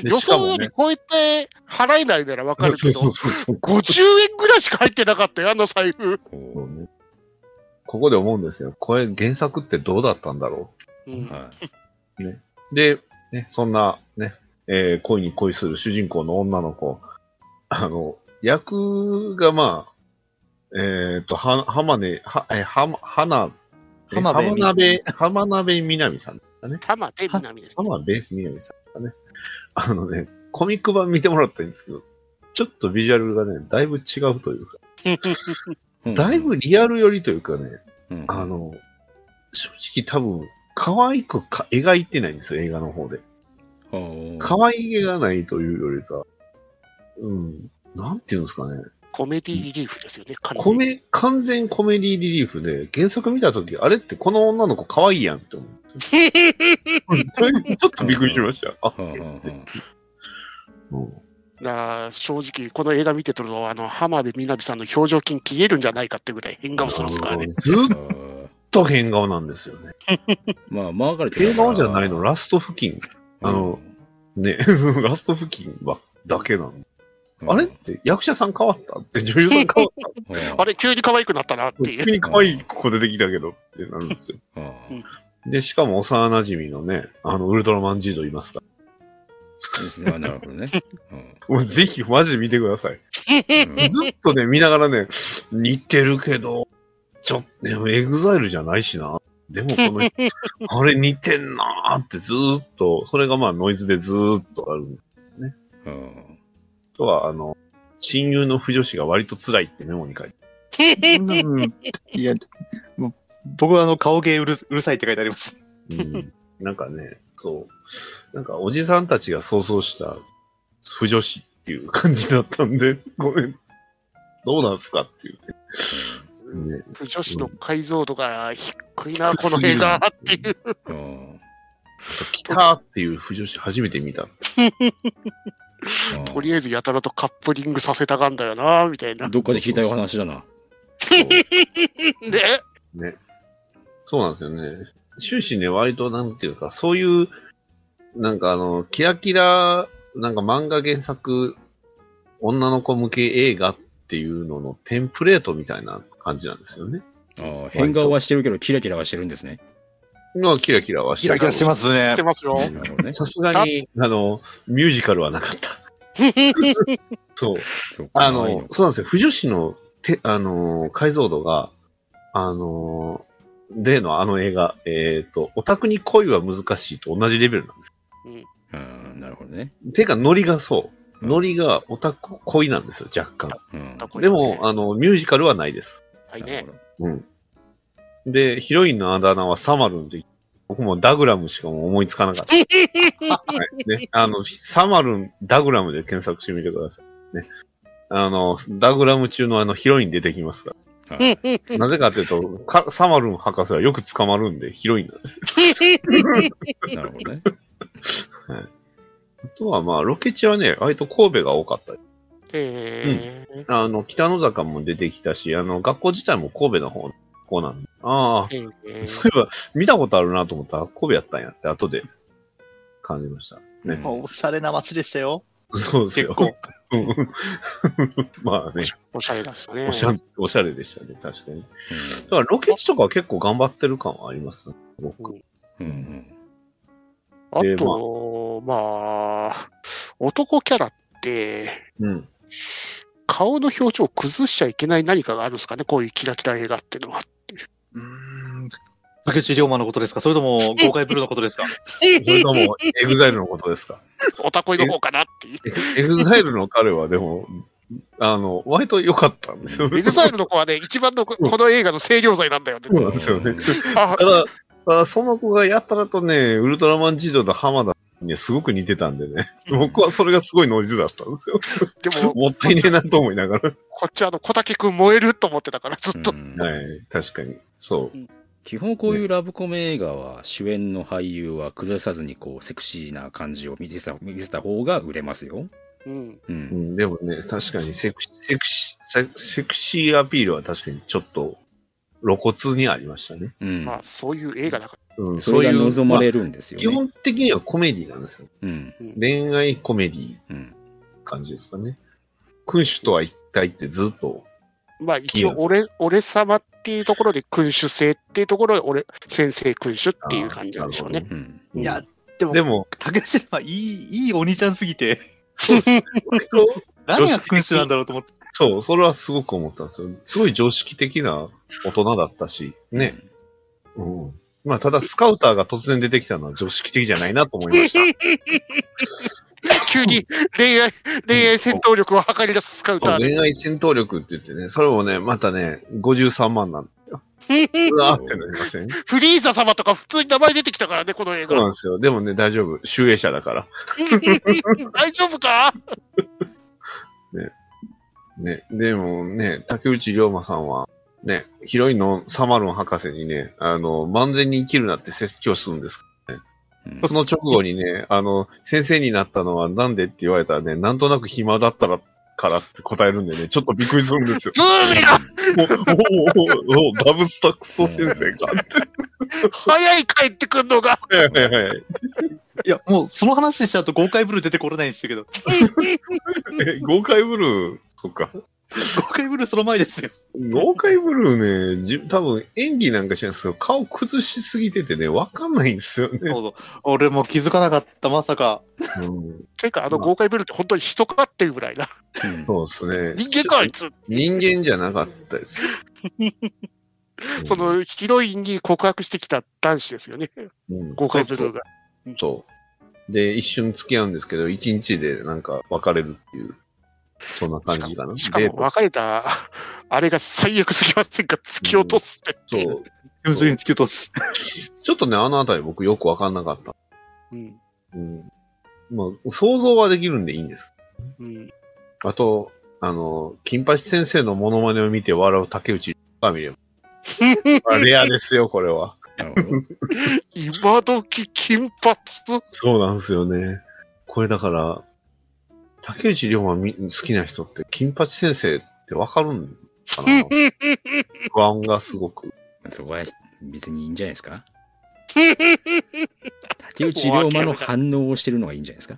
Speaker 2: で
Speaker 1: 予
Speaker 2: し
Speaker 1: 想
Speaker 2: か
Speaker 1: よ
Speaker 2: も
Speaker 1: り
Speaker 2: ね、
Speaker 1: 超えて払えないならわかる
Speaker 2: そ
Speaker 1: け
Speaker 2: うそ
Speaker 1: ど
Speaker 2: う、そうそう。
Speaker 1: 50円ぐらいしか入ってなかったよ、あの財布。
Speaker 2: そうねここで思うんですよ。これ原作ってどうだったんだろ
Speaker 1: うん
Speaker 4: はい。
Speaker 2: う。で、ね、そんな、ね、えー恋に恋する主人公の女の子。あの、役がまあ、えっ、と、は、浜根、は、え、はま、花、え
Speaker 3: 浜辺美
Speaker 2: 浜辺、浜辺みなみさんですかね。
Speaker 1: 玉で南です。
Speaker 2: まあベース南さんがね、あのね、コミック版見てもらったらいいんですけど、ちょっとビジュアルがね、だいぶ違うというか、だいぶリアル寄りというかね、
Speaker 4: うん、
Speaker 2: あの、正直多分、可愛くか描いてないんですよ、映画の方で。
Speaker 4: うん、
Speaker 2: 可愛げがないというよりか、うん、なんていうんですかね、
Speaker 1: コメディリリーフですよね、金
Speaker 2: コメ、完全コメディリリーフで、原作見たとき、あれってこの女の子可愛いやんって
Speaker 1: (laughs)
Speaker 2: 思う。それちょっとびっくりしました。あ、
Speaker 4: うんうんうん
Speaker 2: うん
Speaker 1: なあ正直、この映画見てると、あの浜辺美波さんの表情筋消えるんじゃないかってぐらい変顔するんですからね。
Speaker 2: ずーっ
Speaker 4: うん
Speaker 2: と変顔なんですよね。
Speaker 4: まあ、マーガレット
Speaker 2: 変顔じゃないの、
Speaker 4: ラ
Speaker 2: ラスト付近。あの、ね、 (laughs) ラスト付近は、だけなの。あれって役者さん変わったって女優さん変
Speaker 1: (laughs)
Speaker 2: わっ
Speaker 1: あれ、急に可愛くなったなった
Speaker 2: (laughs)
Speaker 1: ていう。
Speaker 2: 急に可愛い子出てきたけどってなるんですよ。
Speaker 4: れ
Speaker 1: うん
Speaker 2: で、しかも幼馴染のね、あの、ウルトラマンジードいますか
Speaker 4: ですねあなるほどね。うん
Speaker 2: もうぜひマジで見てください。
Speaker 4: うん
Speaker 2: ずっとね、見ながらね、似てるけど、ちょっと、でもエグザイルじゃないしな。でもこ
Speaker 1: (laughs)
Speaker 2: の人、あれ似てんなーってずーっと、それがまあノイズでずーっとある。
Speaker 4: うん
Speaker 2: あとは、あの、親友の不女子が割と辛いってメモに書いて
Speaker 3: うんいや、もう僕はあの顔芸うるうるさいって書いてあります。
Speaker 2: ある。うん、なんかね、そう。なんかおじさんたちが想像した不女子っていう感じだったんで、 (laughs) これ、どうなんすかっていうね。ね
Speaker 1: 女子の解像度が低いな、この映画っていう。
Speaker 4: うんうん
Speaker 2: 来たーっていう不女子初めて見た。
Speaker 1: とりあえずやたらとカップリングさせたがんだよな、みたいな。ね。
Speaker 4: どっかで聞いたお話だな。
Speaker 2: そうなんですよね。終始ね、割となんていうか、そういう、なんかあの、キラキラ、なんか漫画原作、女の子向け映画っていうののテンプレートみたいな感じなんですよね。
Speaker 4: あー変顔はしてるけど、キラキラはしてるんですね。
Speaker 2: まあ、キラキラはして。
Speaker 3: キラキラしてますすね
Speaker 1: 来て。ますよ。
Speaker 4: なるほどね。
Speaker 2: さすがに、あの、ミュージカルはなかった。そう。
Speaker 4: そうか
Speaker 2: あ
Speaker 4: 可愛い
Speaker 2: の、そうなんですよ。不女子の、て、あの、解像度が、あの、例のあの映画、えっ、と、オタクに恋は難しいと同じレベルなんです。
Speaker 4: うん、なるほどね。
Speaker 2: てか、ノリがそう。
Speaker 4: うん
Speaker 2: ノリがオタク恋なんですよ、若干。
Speaker 4: うん。
Speaker 2: でも、、あの、ミュージカルはないです。
Speaker 1: はい
Speaker 4: なる
Speaker 1: ね
Speaker 4: ほ。ど
Speaker 2: うん。で、ヒロインのあだ名はサマルンで、僕もダグラムしかもう思いつかなか
Speaker 4: (laughs)
Speaker 2: った。はい。ね、あの、サマルン、ダグラムで検索してみてください。ね。あの、ダグラム中のあのヒロイン出てきますから
Speaker 4: はい
Speaker 2: なぜかというと、かサマルン博士はよく捕まるんで、ヒロインなんですよ。
Speaker 4: なるほどね。
Speaker 2: あとはまあ、ロケ地はね、割と神戸が多かったり。
Speaker 1: えー
Speaker 2: あの、北野坂も出てきたし、あの、学校自体も神戸の方の子なんで。あ
Speaker 1: え
Speaker 2: あ、
Speaker 1: ー
Speaker 2: (laughs) そういえば、見たことあるなと思ったら、神戸やったんやって、後で感じました。ね。
Speaker 3: おしゃれな街でしたよ。
Speaker 2: そうですよ。
Speaker 3: 結
Speaker 2: うん (laughs) まあね、
Speaker 1: おしゃれだしたね。
Speaker 2: おしゃおしゃれでしたね、確かに。だから、ロケ地とかは結構頑張ってる感はありますね。すごく
Speaker 4: うんうん
Speaker 1: あ
Speaker 2: で
Speaker 1: と、まあ、男キャラって、
Speaker 2: うん。
Speaker 1: 顔の表情を崩しちゃいけない何かがあるんですかね、こういうキラキラ映画っていうのは。
Speaker 3: うーん。竹内涼真のことですかそれとも豪快ブルーのことですか
Speaker 2: それと (laughs) も、エグザイルのことですか (laughs)
Speaker 1: おたこいの方かなっていう。
Speaker 2: エグザイルの彼はでも、あの、割と良かったん (laughs) ですよね。
Speaker 1: エグザイルの子はね、一番のここの映画の清涼剤なんだよ
Speaker 2: そうな
Speaker 1: ね
Speaker 2: ん。ですよね。
Speaker 1: あ
Speaker 2: ただ、ただその子がやたらとね、ウルトラマン事情と浜田にすごく似てたんでね、僕はそれがすごいノイズだったんですよ。
Speaker 1: でも、
Speaker 2: (laughs) もったいねえなと思いながら。
Speaker 1: こっちあの、小竹くん燃えると思ってたから、ずっと
Speaker 4: う。ん
Speaker 2: はい、確かに。そう。
Speaker 4: 基本こういうラブコメ映画は主演の俳優は崩さずにこうセクシーな感じを見せた見せた方が売れますよ。
Speaker 1: うん。
Speaker 4: う。
Speaker 2: うんん、でもね、確かにセクシー、セクシー、セセクシーアピールは確かにちょっと露骨にありましたね。
Speaker 4: うん。
Speaker 1: まあ、そういう映画だか
Speaker 2: うん、
Speaker 4: それが望ま
Speaker 2: ま
Speaker 4: れ
Speaker 2: あ
Speaker 4: るんですよ
Speaker 2: 基
Speaker 4: ね。
Speaker 2: 本的にはコメディなんですよ。
Speaker 4: うん。
Speaker 2: 恋愛コメディ
Speaker 4: うん。
Speaker 2: 感じですかね。君主とは一体ってずっと、
Speaker 1: ら。まあ、一応、俺、俺様っていうところで君主制っていうところで、俺、先生君主っていう感じなんでしょうね。
Speaker 4: うん。
Speaker 2: うん
Speaker 3: いや、でも、
Speaker 2: でも、
Speaker 3: 竹内涼真いい、いいお兄ちゃんすぎて、
Speaker 4: (laughs)
Speaker 2: 割と
Speaker 3: 何が君主なんだろうと思って。
Speaker 2: そう、それはすごく思ったんですよ。すごい常識的な大人だったし、ね。うん。まあ、ただ、スカウターが突然出てきたのは常識的じゃないなと思いました。
Speaker 1: 急に恋愛、恋愛戦闘力を測り出すスカウ
Speaker 2: そ
Speaker 1: タ
Speaker 2: う
Speaker 1: ーで。
Speaker 2: 恋愛戦闘力って言ってね、それもね、またね、53万なんだよ。うわーってなりません、ね、
Speaker 1: フリーザ様とか普通に名前出てきたからね、この映
Speaker 2: そうなん
Speaker 1: 画。
Speaker 2: ですよ。でもね、大丈夫。集英者だから。
Speaker 1: 大丈夫か
Speaker 2: ね、でもね、竹内涼真さんは、ね、ヒロインのサマルン博士にね、あの、万全に生きるなって説教するんです。
Speaker 4: うん
Speaker 2: その直後にね、あの、先生になったのはなんでって言われたらね、なんとなく暇だったら、からって答えるんでね、ちょっとびっくりするんですよ。
Speaker 1: ブーメラン
Speaker 2: もう、おおおおガブスタクソ先生かって。
Speaker 1: 早い帰ってくんのが。
Speaker 2: はいはいはい
Speaker 3: いや、もうその話しちゃうと豪快ブルー出てこれないんですけど、
Speaker 2: (laughs) え豪快ブルー、そっか。
Speaker 3: 豪快ブルーその前ですよ。
Speaker 2: 豪快ブルーね、じ多分演技なんかしないんですけど、顔崩しすぎててね、わかんないんですよね。
Speaker 3: そうそう俺も気づかなかった、まさか。
Speaker 2: うん
Speaker 1: ていうか、あの豪快ブルーって本当に人かっていうぐらいな。
Speaker 4: うん
Speaker 2: そうですね。
Speaker 1: 人間か、あいつ。
Speaker 2: 人間じゃなかったです。うん
Speaker 1: (laughs) そ、のヒロインに告白してきた男子ですよね。 (laughs)
Speaker 2: うん
Speaker 1: 豪快ブルーが。
Speaker 2: そう。で、一瞬付き合うんですけど、一日でなんか別れるっていう、そんな感じかな。
Speaker 1: しか
Speaker 2: デ
Speaker 1: も
Speaker 2: ート
Speaker 1: 別れた、 (laughs) あれが最悪すぎませんか突き落とすって。
Speaker 2: そう。
Speaker 3: 要するに突き落とす。
Speaker 2: ちょっとね、あのあたり僕よくわかんなかった。
Speaker 1: うん。
Speaker 2: うん。まあ、想像はできるんでいいんです。
Speaker 1: うん。
Speaker 2: あと、あの、金八先生のモノマネを見て笑う竹内が見れば。まあレアですよ、これは。
Speaker 4: なるほど
Speaker 1: (laughs) 今時金髪
Speaker 2: (laughs) そうなんですよね。これだから、竹内涼真み好きな人って、金八先生ってわかるんか (laughs) な不安がすごく。
Speaker 4: そこは別にいいんじゃないですか竹内涼真の反応をしてるのがいいんじゃないですか、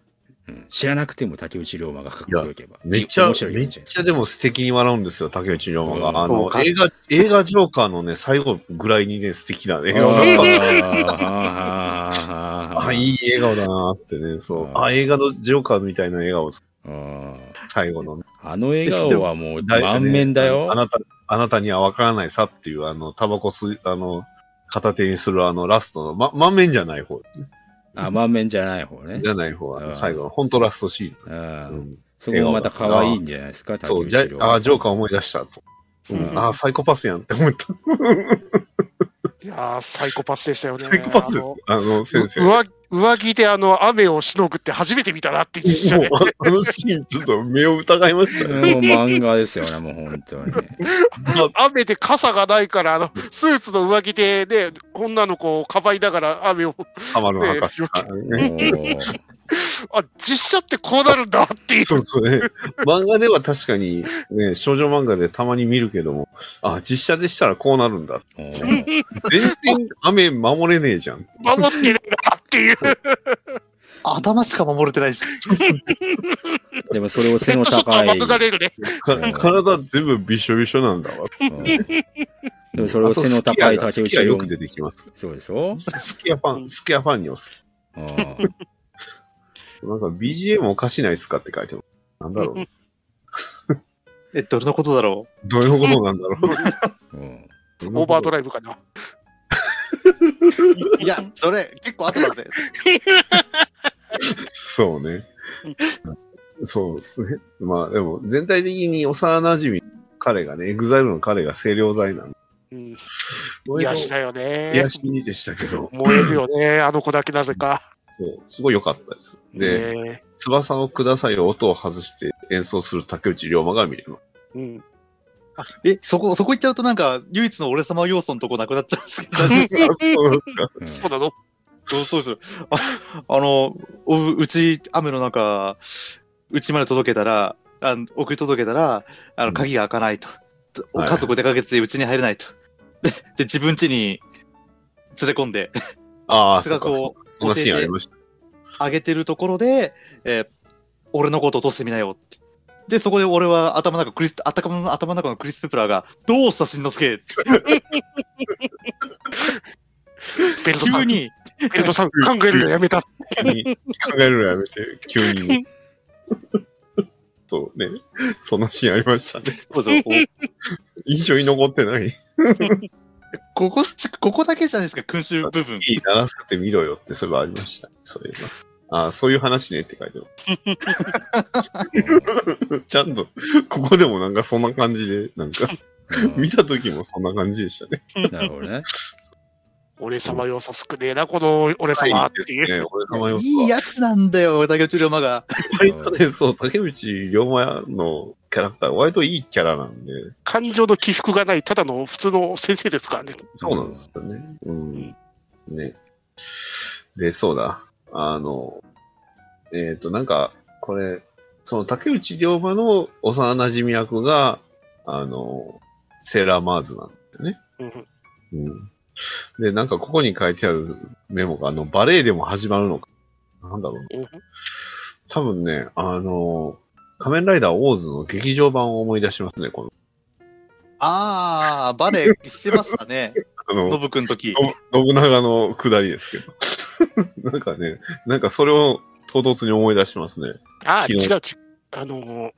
Speaker 4: うん、知らなくても竹内涼真がかっこよければ。
Speaker 2: めっちゃ、
Speaker 4: 面白いん
Speaker 2: めっ
Speaker 4: じゃないです
Speaker 2: ちゃでも素敵に笑うんですよ、竹内涼真
Speaker 4: うん
Speaker 2: が。あの
Speaker 3: そう、か
Speaker 2: 映画、映画ジョーカーのね、最後ぐらいにね、素敵な笑顔だった。
Speaker 4: か。
Speaker 2: (laughs) あ、いい笑顔だなーってね、そう。
Speaker 4: あー
Speaker 2: あ、映画のジョーカーみたいな笑顔、
Speaker 4: うん
Speaker 2: 最後のね。
Speaker 4: あの笑顔はもう満面だ
Speaker 2: あ
Speaker 4: よ。
Speaker 2: なた、あなたにはわからないさっていう、あの、タバコ吸い、あの、片手にするあの、ラストの、ま、満面じゃない方。
Speaker 4: あ満面じゃない方ね
Speaker 2: じ。ゃない方は、
Speaker 4: うん
Speaker 2: 最後の、本当ラストシ
Speaker 4: う
Speaker 2: ーン。
Speaker 4: ん
Speaker 2: うん
Speaker 4: そこもまた可愛いんじゃないですか、竹
Speaker 2: そう、
Speaker 4: 内
Speaker 2: じゃ
Speaker 4: 涼真。
Speaker 2: あー、ジョーカー思い出したと。
Speaker 4: うん
Speaker 2: あー、サイコパスやんって思った。
Speaker 1: (laughs) いやー、サイコパスでしたよね。
Speaker 2: サイコパスです。あの、先生。
Speaker 1: う
Speaker 2: もう、
Speaker 1: 上上着であの雨をしのぐって初めて見たなって一緒で、
Speaker 2: あのシーン、ちょっと目を疑いましたね。
Speaker 4: もう漫画ですよね、もう本当に。
Speaker 1: 雨で傘がないから、あのスーツの上着で、ね、女の子をかばいながら雨を、
Speaker 2: 浜野博士
Speaker 1: ね
Speaker 2: が。
Speaker 4: も
Speaker 1: あ実写ってこうなるんだっていう、
Speaker 2: そうですね。漫画では確かに、ね、少女漫画でたまに見るけども、あ、実写でしたらこうなるんだ。
Speaker 4: うもう
Speaker 2: 全然雨守れねえじゃん。
Speaker 1: 守ってるんだっていう、
Speaker 3: 頭しか守れてないです。
Speaker 4: でもそれを背
Speaker 1: ヘ
Speaker 4: の
Speaker 1: ッドショット
Speaker 4: 高
Speaker 1: は
Speaker 4: い。
Speaker 1: 免れるね。
Speaker 2: か
Speaker 4: うん
Speaker 2: 体全部びしょびしょなんだわ。
Speaker 4: うんでもそれを背の高い
Speaker 2: あと
Speaker 4: 竹
Speaker 2: スキヤが好き
Speaker 4: 内涼
Speaker 2: がよく出
Speaker 4: 真。
Speaker 2: てきます。
Speaker 4: そうでしょ
Speaker 2: スキヤファン、スキヤファンにおす。
Speaker 4: うん
Speaker 2: なんか BGM おかしないっすかって書いてます。なんだろう。
Speaker 3: え、どれのことだろ
Speaker 2: どういうことなんだろ
Speaker 4: うん
Speaker 2: う。
Speaker 1: (laughs) オーバード
Speaker 2: ラ
Speaker 1: ライブかな。
Speaker 3: ういや、それ、結構後だぜ。
Speaker 2: そうね。そうですね。まあでも、全体的に幼馴染み、彼がね、エグザイルの彼が清涼剤なんで。
Speaker 1: うん、癒しだよね。
Speaker 2: 癒しにでしたけど、
Speaker 1: 燃えるよね、あの子だけなぜか。
Speaker 2: そうすごい良かったです。で、
Speaker 1: ね
Speaker 2: 翼をくださいを音を外して演奏する竹内涼真が見れるの。
Speaker 1: うん、
Speaker 3: え、そこ、そこ行っちゃうとなんか、唯一の俺様要素のとこなくなっちゃうんですけど、大丈夫ですか
Speaker 2: そうですか
Speaker 4: うん
Speaker 1: そうなの
Speaker 3: どう (laughs) そうですああの、おうち、雨の中、うちまで届けたら、あの送り届けたら、あ
Speaker 2: うん
Speaker 3: の、鍵が開かないと。
Speaker 2: はい
Speaker 3: 家族出かけててうちに入れないと。で、で自分家に連れ込んで、
Speaker 2: ああ、
Speaker 3: そ
Speaker 2: そ
Speaker 3: れ
Speaker 2: う
Speaker 3: が
Speaker 2: か、そう
Speaker 3: こ
Speaker 2: か
Speaker 3: う
Speaker 2: そんなシーンありました。
Speaker 3: あげてるところで、えー俺のこと落としてみなよって。で、そこで俺は頭の中、クリス、頭の頭の中のクリス・ペプラーが、どうした、しんのすけ
Speaker 1: ベルトさ
Speaker 3: 急
Speaker 1: ん、
Speaker 3: (laughs) に、
Speaker 1: ベルトさん、考えるのやめた。
Speaker 2: 急に考えるのやめて、急に (laughs) ね。そうね。そんなシーンありましたね。
Speaker 3: そうそうこう
Speaker 2: 印象に残ってない。い
Speaker 3: ここ、ここだけじゃないですか、君主部分。
Speaker 2: い鳴らせてみろよって、そういえばありました。そういえば。ああ、そういう話ねって書いてある。ちゃんと、ここでもなんかそんな感じで、なんか、
Speaker 4: うん
Speaker 2: 見た時もそんな感じでしたね。
Speaker 4: なるほどね。
Speaker 1: 俺様要素少ねえな、この俺様っていう。
Speaker 2: ね、俺様よ。
Speaker 3: いいやつなんだよ、竹内涼真が。
Speaker 2: 割とね、そう、竹内涼真のキャラクター、割といいキャラなんで、
Speaker 1: 感情の起伏がない、ただの普通の先生ですからね。
Speaker 2: そうなんですよね。うん。ね。で、そうだ。あの、えっ、と、なんか、これ、その竹内涼真の幼馴染役が、あの、セーラーマーズなんだよね。
Speaker 1: うん
Speaker 2: うん。で、なんかここに書いてあるメモが、あの、バレエでも始まるのか。なんだろう
Speaker 1: うん
Speaker 2: 多分ね、あの、仮面ライダーオーズの劇場版を思い出しますね、この。
Speaker 3: あー、バレエしてまし
Speaker 2: (laughs)
Speaker 3: たね。
Speaker 2: あの
Speaker 3: ノブくん時。
Speaker 2: (laughs) の信長の下りですけど。なんかね、なんかそれを唐突に思い出しますね。
Speaker 1: あ、
Speaker 2: 昨
Speaker 1: 違う
Speaker 2: 日
Speaker 1: 違う。あの、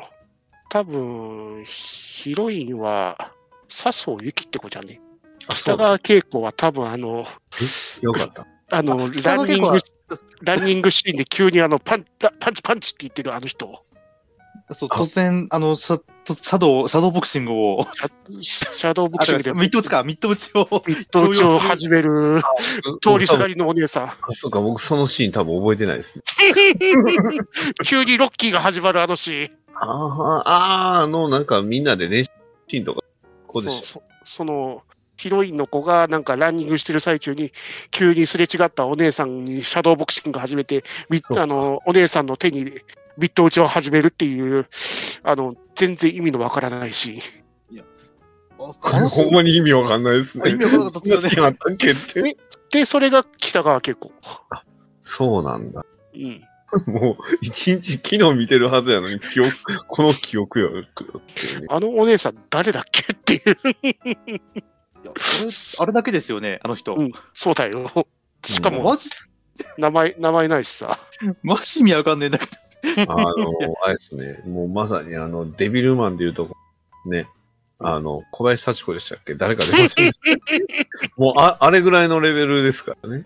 Speaker 1: 多分ヒロインは、笹生ゆきって子じゃね。
Speaker 2: あ、そ
Speaker 1: 北
Speaker 2: うだ。
Speaker 1: 川景子は多分あの、
Speaker 2: よか (laughs) った。
Speaker 1: あの、
Speaker 3: 北
Speaker 1: ラ
Speaker 3: 川
Speaker 1: ンニ
Speaker 3: 景
Speaker 1: ン
Speaker 3: 子
Speaker 1: グ
Speaker 3: は、
Speaker 1: ランニングシーンで急にあの、パン、パンチパンチって言ってるあの人。
Speaker 3: そう、
Speaker 2: あ
Speaker 3: 突然、あの、さ、と茶道、茶道ボクシングを、
Speaker 1: シャドーボクシングで
Speaker 3: あミッド打ちか、ミッド打ちを、
Speaker 1: ミッド打ちを始める通りすがりのお姉 (laughs) さん。
Speaker 2: あそうか、僕そのシーン多分覚えてないですね。
Speaker 1: 急にロッキーが始まるあのシーン。
Speaker 2: ああ、ああ、あの、なんかみんなで練習シーンとか、こうでした。
Speaker 1: そうそそのヒロインの子がなんかランニングしてる最中に急にすれ違ったお姉さんにシャドーボクシング始めてみ
Speaker 2: そうか
Speaker 1: あのお姉さんの手にビット打ちを始めるっていうあの全然意味のわからないし
Speaker 2: これほんまに意味わかんないですね。
Speaker 3: 意味わかんなかったっすよね
Speaker 2: そんなシーンあったっけって。
Speaker 1: でそれが北川景子、
Speaker 2: そうなんだ。
Speaker 1: うん、
Speaker 2: もう、一日昨日見てるはずやのに、記憶、この記憶よ。
Speaker 1: あのお姉さん誰だっけっていう、
Speaker 3: いやあれあれだけですよね、あの人。
Speaker 1: うん、そうだよしかも
Speaker 3: マジ、
Speaker 1: 名前名前ないしさ
Speaker 3: マジ意味わかんねえんだけど。
Speaker 2: あの、あれですね。もうまさにあの、デビルマンでいうとこ、ね。あの、小林幸子でしたっけ誰か出ませんでしたっけもうあ、あれぐらいのレベルですからね。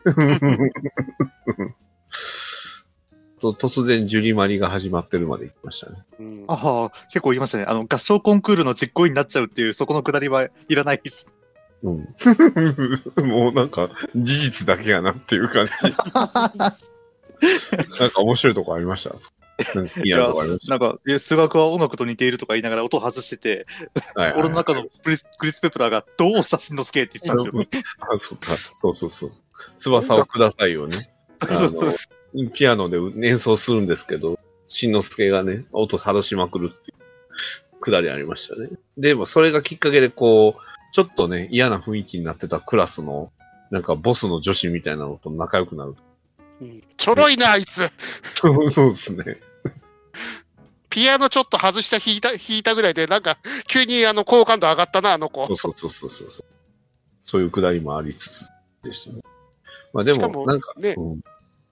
Speaker 2: と突然、ジュリマリが始まってるまで行きましたね。
Speaker 1: うん
Speaker 3: ああ、結構言いましたね。あの、合唱コンクールの実行委員になっちゃうっていう、そこのくだりはいらないです。
Speaker 2: うん。もうなんか、事実だけやなっていう感じ。なんか面 (laughs) 白いとこありました。なんかい
Speaker 3: い
Speaker 2: や、とこありまし
Speaker 3: なんか、いや数学は音楽と似ているとか言いながら音外してて、
Speaker 2: た。はいはい
Speaker 3: 俺の中のクリスクリス・ペプラーが、どう刺しのすけって言ってたんですよ。
Speaker 2: あ、そうか。そうそうそう。翼をくださいよね。あの、 (laughs) ピアノで演奏するんですけど、しんのすけがね、音外しまくるっていうくだりありましたね。でも、それがきっかけで、こう、ちょっとね、嫌な雰囲気になってたクラスの、なんかボスの女子みたいなのと仲良くなる。 (laughs)
Speaker 1: うんちょろいなあいつ
Speaker 2: そうそうですね。
Speaker 1: ピアノちょっと外した弾いた弾いたぐらいでなんか急にあの好感度上がったなあの子
Speaker 2: そうそうそうそうそう。そういうくだりもありつつでしたね。まあで
Speaker 1: しか
Speaker 2: も、
Speaker 1: も
Speaker 2: なんか、
Speaker 1: ね
Speaker 2: うん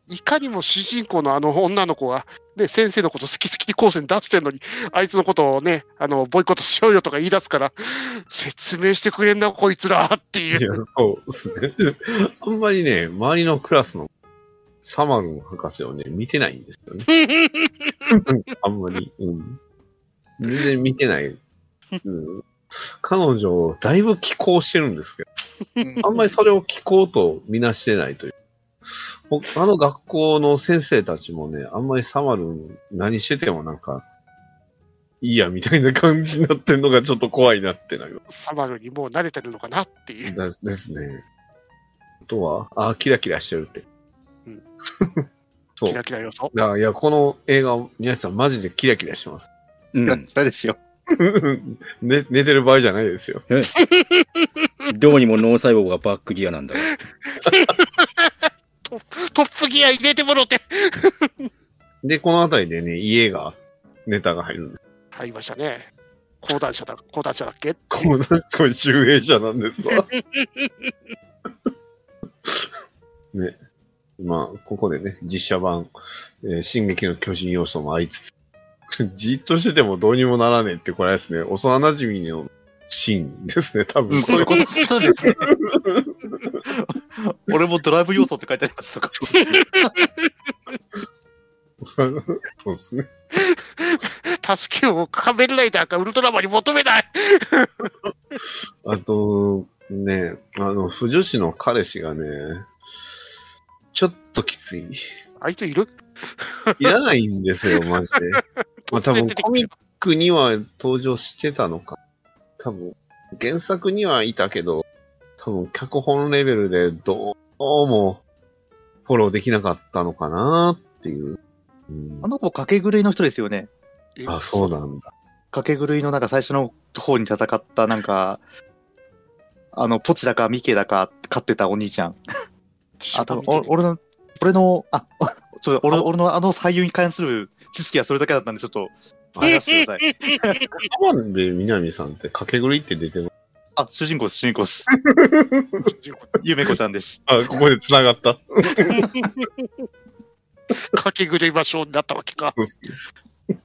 Speaker 1: いかにも主人公のあの女の子が、ね、先生のこと好き好き光線出してるのに、あいつのことをね、あの、ボイコットしようよとか言い出すから、説明してくれんな、こいつらって
Speaker 2: い
Speaker 1: い
Speaker 2: や
Speaker 1: う。、
Speaker 2: そうですね。 (laughs) あんまりね、周りのクラスのサマルン博士をね、見てないんですよね。 (laughs) あんまり。うん。全然見てない。うん、彼女、だいぶ寄稿してるんですけど、あんまりそれを寄稿とみなしてないという。ほあの学校の先生たちもね、あんまりサマルン何しててもなんか、いいや、みたいな感じになってるのがちょっと怖いなってなります
Speaker 1: サマルにもう慣れてるのかなっていう。
Speaker 2: だですね。あとは、あーキラキラしてるって。
Speaker 1: うん
Speaker 2: そう
Speaker 1: キ。ラキラ要素。
Speaker 2: だからいや、この映画、皆さんマジでキラキラしてます。 (laughs)
Speaker 4: うん。
Speaker 3: そうですよ。
Speaker 2: ね、寝てる場合じゃないですよ。
Speaker 4: どうにも脳細胞がバックギアなんだわ。
Speaker 1: トップギア入れてもろって。
Speaker 2: で、この辺りでね、家が、ネタが入るんです。
Speaker 1: 入りましたね。講談社だ、講談社だっけ
Speaker 2: この、これ、集英者なんですわ。 (laughs) ね。まあ、ここでね、実写版、えー進撃の巨人要素もありつ (laughs) つ、じっとしててもどうにもならねえって、これあれですね、幼馴染のシーンですね、多
Speaker 3: う
Speaker 2: 分。
Speaker 3: ん、そういうことそうですね。俺もドライブ要素って書いてありますとか。
Speaker 2: (laughs) そうですね。
Speaker 1: 助けを仮面ライダーかウルトラマンに求めない。
Speaker 2: あと、ね、あの、不女子の彼氏がね、ちょっときつい。
Speaker 1: あいついる
Speaker 2: いらないんですよ、マジで。まあ多分コミックには登場してたのか。多分、原作にはいたけど、多分脚本レベルでどうもフォローできなかったのかなっていう。うん
Speaker 3: あの子、掛け狂いの人ですよね。
Speaker 2: あ、そうなんだ。
Speaker 3: 掛け狂いのなんか最初の方に戦った、なんか、あの、ポチだかミケだか飼ってたお兄ちゃん。あ、多分お俺の、俺の、 (laughs) あ、そうだ俺の俺のあの俳優に関する知識はそれだけだったんで、ちょっと、流してください。
Speaker 2: 浜辺美波さんって駆け狂いって出てる。
Speaker 3: あ、主人公です、主人公です。
Speaker 1: 俺
Speaker 3: ゆめこちゃんです。
Speaker 2: あ、ここで繋がった。
Speaker 1: かき狂いましょうになったわけか。
Speaker 2: ね、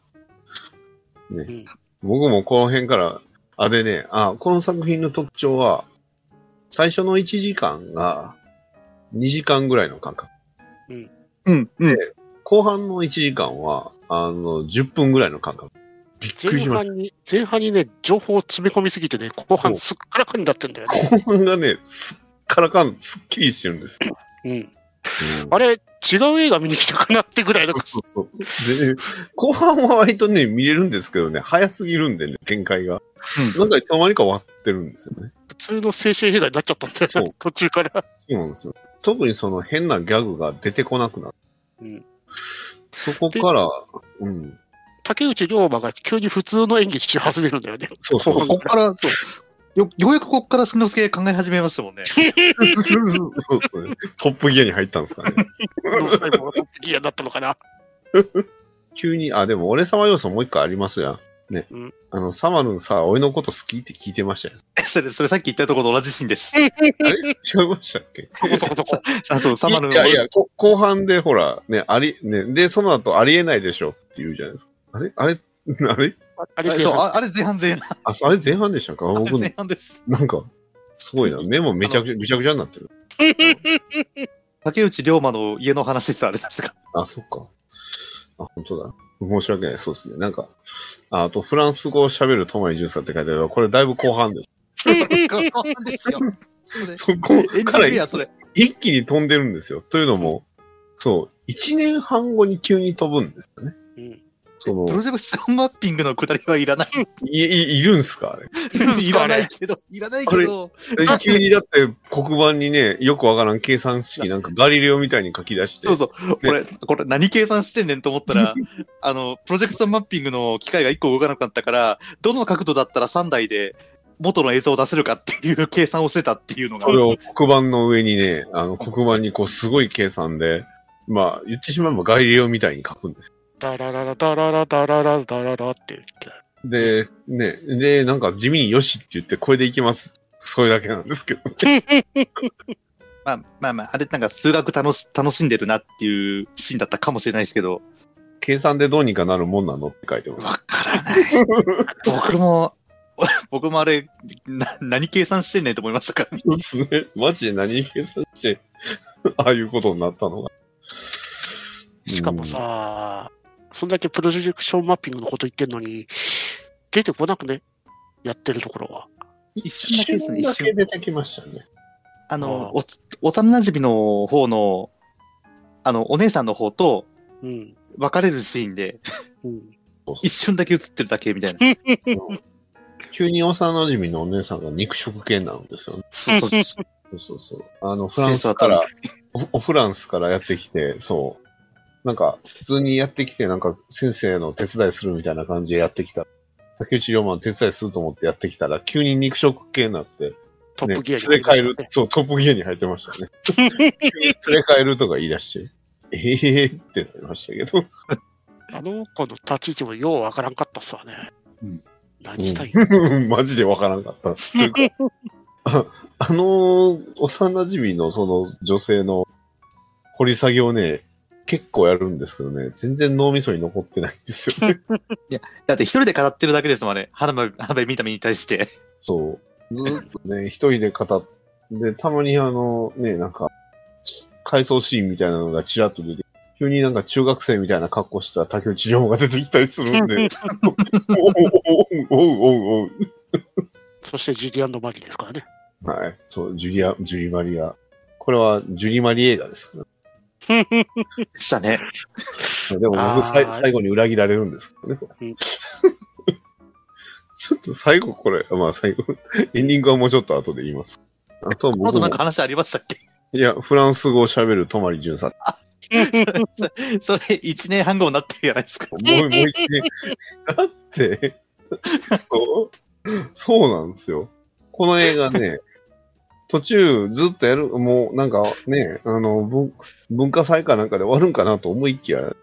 Speaker 1: うん
Speaker 2: 僕もこの辺から、あ、でね、あ、この作品の特徴は、最初の1時間が2時間ぐらいの間隔。
Speaker 3: うん、うん。
Speaker 2: 後半の1時間は、あの、10分ぐらいの間隔。びっくり
Speaker 1: 前
Speaker 2: しまし
Speaker 1: 半に、前半にね、情報を詰め込みすぎてね、後半すっからかになってんだよね。
Speaker 2: た。後半がね、すっからかん、すっきりしてるんですよ。
Speaker 1: うん、
Speaker 2: うん
Speaker 1: あれ、違う映画見に来たかなってぐらい
Speaker 2: (laughs)
Speaker 1: の。
Speaker 2: そうそうそうで後半は割とね、見れるんですけどね、早すぎるんでね、展開が。なんかいつの間にか終わってるんですよね。
Speaker 1: 普通の青春映画になっちゃったんだ
Speaker 2: そ
Speaker 1: よ、
Speaker 2: う
Speaker 1: ね、途中から。
Speaker 2: そうなんですよ。特にその変なギャグが出てこなくなる。
Speaker 1: うん
Speaker 2: そこから、うん。
Speaker 1: 竹内涼真が急に普通の演技し始めるんだよね。
Speaker 2: そうそう
Speaker 1: 後
Speaker 3: (laughs)
Speaker 2: そう
Speaker 1: 半
Speaker 3: こっから、そう。よ、ようやくこっからすのすけ考え始めました
Speaker 2: (laughs)
Speaker 3: もんね。
Speaker 2: そうそうトップギアに入ったんですかね。
Speaker 1: の最後がトップギアになったのかな。
Speaker 2: 急に、あ、でも俺様要素もう一回ありますやん。ね。
Speaker 1: うん
Speaker 2: あの、サマルンさ、俺のこと好きって聞いてましたよ。
Speaker 3: それ、それさっき言ったところと同じシーンです。
Speaker 2: あれ違いましたっけ
Speaker 1: そこそこそ
Speaker 2: (laughs)
Speaker 1: こ。
Speaker 3: あ、そう、サマル
Speaker 2: い
Speaker 3: の。
Speaker 2: いやいや、こ後半でほら、ね、あり、ね、で、その後ありえないでしょって言うじゃないですか。あれあれあれ
Speaker 1: あれ
Speaker 3: あ、そう、ああれ前半前半。
Speaker 2: ああれ前半でしたか
Speaker 3: あれ
Speaker 2: 僕、
Speaker 3: 前半です。
Speaker 2: なんか、すごい
Speaker 3: (laughs)
Speaker 2: な。目もめちゃくちゃ、ぐちゃぐちゃになってる。
Speaker 3: 竹内涼真の家の話です、あれですか。
Speaker 2: あ、そっか。あ、本当だ。申し訳ない。そうですね。なんか、ああと、フランス語を喋る友井淳さんって書いてあるこれだいぶ後半です。
Speaker 3: 後半ですよ。それ
Speaker 2: そこ
Speaker 3: エンデ
Speaker 2: か
Speaker 3: ィ
Speaker 2: ら
Speaker 3: ングや、それ。
Speaker 2: 一気に飛んでるんですよ。というのも、そう、一年半後に急に飛ぶんですよね。
Speaker 1: うん
Speaker 2: そ
Speaker 3: プロ
Speaker 2: の、
Speaker 3: ジェクションマッピングのくだりはいらない。
Speaker 2: い、い、いるんすかあれ。
Speaker 3: いらないけど、いらないけど、
Speaker 2: で急にだって黒板にね、よくわからん計算式なんかガリレオみたいに書き出して。
Speaker 3: そうそう、これ、これ何計算してんねんと思ったら、あの、プロジェクションマッピングの機械が1個動かなくなったから、どの角度だったら3台で元の映像を出せるかっていう計算をしてたっていうのが
Speaker 2: こ、れを黒板の上にね、あの黒板にこうすごい計算で、まあ言ってしまえばガリレオみたいに書くんです。
Speaker 1: ダラララダララダララダララって言って。
Speaker 2: で、ね、で、なんか地味によしって言ってこれでいきます。それだけなんですけど。
Speaker 3: まあまあまあ、あれなんか数学楽し楽しんでるなっていうシーンだったかもしれないですけど、
Speaker 2: 計算でどうにかなるもんなのって書いてます。
Speaker 3: わからない。僕も、 (laughs) 僕もあれ、な何計算してんねんと思いましたから、
Speaker 2: そうですね。マジで何計算して、 (laughs) ああいうことになったのが。
Speaker 1: しかもさ、そんだけプロジェクションマッピングのこと言ってんのに、出てこなくね、やってるところは。
Speaker 2: うん、
Speaker 3: 一瞬だけですね
Speaker 2: 一
Speaker 3: 一
Speaker 2: 瞬だけ出
Speaker 3: 瞬
Speaker 2: てきましたね。
Speaker 3: あの、
Speaker 1: あ
Speaker 3: お幼馴染の方の、あの、お姉さんの方と
Speaker 1: うん。
Speaker 3: 別れるシーンで、
Speaker 1: うん、
Speaker 3: 一瞬だけ映ってるだけみたいな。
Speaker 2: 急に幼馴染のお姉さんが肉食系なんですよね。
Speaker 3: そうそう (laughs) そう。
Speaker 2: そうそうそう。あの、フランスから、おおフランスからやってきて、そう。なんか、普通にやってきて、なんか、先生の手伝いするみたいな感じでやってきた。竹内涼真の手伝いすると思ってやってきたら、急に肉食系になって、
Speaker 1: トッ
Speaker 2: ね
Speaker 1: プギアに
Speaker 2: 連れ替える、そう、トップギアに入ってましたね。連れ替えるとか言い出して、ええー、ってなりましたけど。
Speaker 1: あの子の立ち位置もようわからんかったっすわね。
Speaker 3: うん
Speaker 1: 何したい、
Speaker 2: うん (laughs) マジでわからんかった。というかああの、幼馴染のその女性の掘り下げをね、結構やるんですけどね、全然脳みそに残ってないんですよね。
Speaker 3: だって一人で語ってるだけですもん、あれ。花火、花火見た目に対して。
Speaker 2: そう。ずっとね、一人で語って、で、たまにあの、ね、なんか、回想シーンみたいなのがちらっと出て、急になんか中学生みたいな格好した竹内涼真が出てきたりするんで、おうおうおうおうおうおう
Speaker 1: そしてジュリアンド・マリーですから
Speaker 2: (laughs)
Speaker 1: ね。
Speaker 2: はい。そう、ジュリア、ジュリマリア。これはジュリマリ映画ですから
Speaker 3: でしたね。
Speaker 2: ね。でも僕さい
Speaker 1: あー
Speaker 2: 最後に裏切られるんですけどね。これ (laughs)
Speaker 1: うん
Speaker 2: ちょっと最後これ、まあ最後、エンディングはもうちょっと後で言います。あとは
Speaker 3: この
Speaker 2: 僕も
Speaker 3: 後なんか、話ありましたっけ (laughs)
Speaker 2: いや、フランス語を喋る泊淳さん。
Speaker 3: それ一年半後になってるじゃないですか。
Speaker 2: もう、もう一回。だって、 (laughs) そうそうなんですよ。この映画ね、途中ずっとやる、もうなんかね、あの、文文化祭かなんかで終わるんかなと思いきや、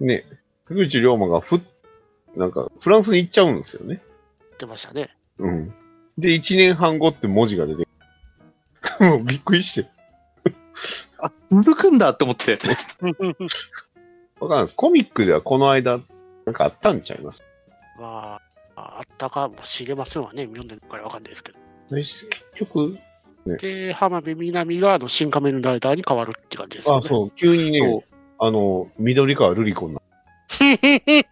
Speaker 2: ね、竹内涼真がふっ、なんかフランスに行っちゃうんですよね。
Speaker 1: 出ましたね。
Speaker 2: うん。で、1年半後って文字が出てく (laughs) る。もうびっくりして。
Speaker 3: 続くんだと思って。
Speaker 2: わかんないです。コミックではこの間、なんかあったんちゃいます。
Speaker 1: まあ、あったかもしれませんわね。読んでるからわかんないですけど。
Speaker 2: で結局、
Speaker 1: で、浜辺美波があの新仮面ライダーに変わるって感じですよ
Speaker 2: あ、
Speaker 1: ね。
Speaker 2: そう、急に
Speaker 3: そ
Speaker 2: ね
Speaker 3: う、
Speaker 2: あの、緑川瑠璃子にな
Speaker 1: (laughs)
Speaker 2: え、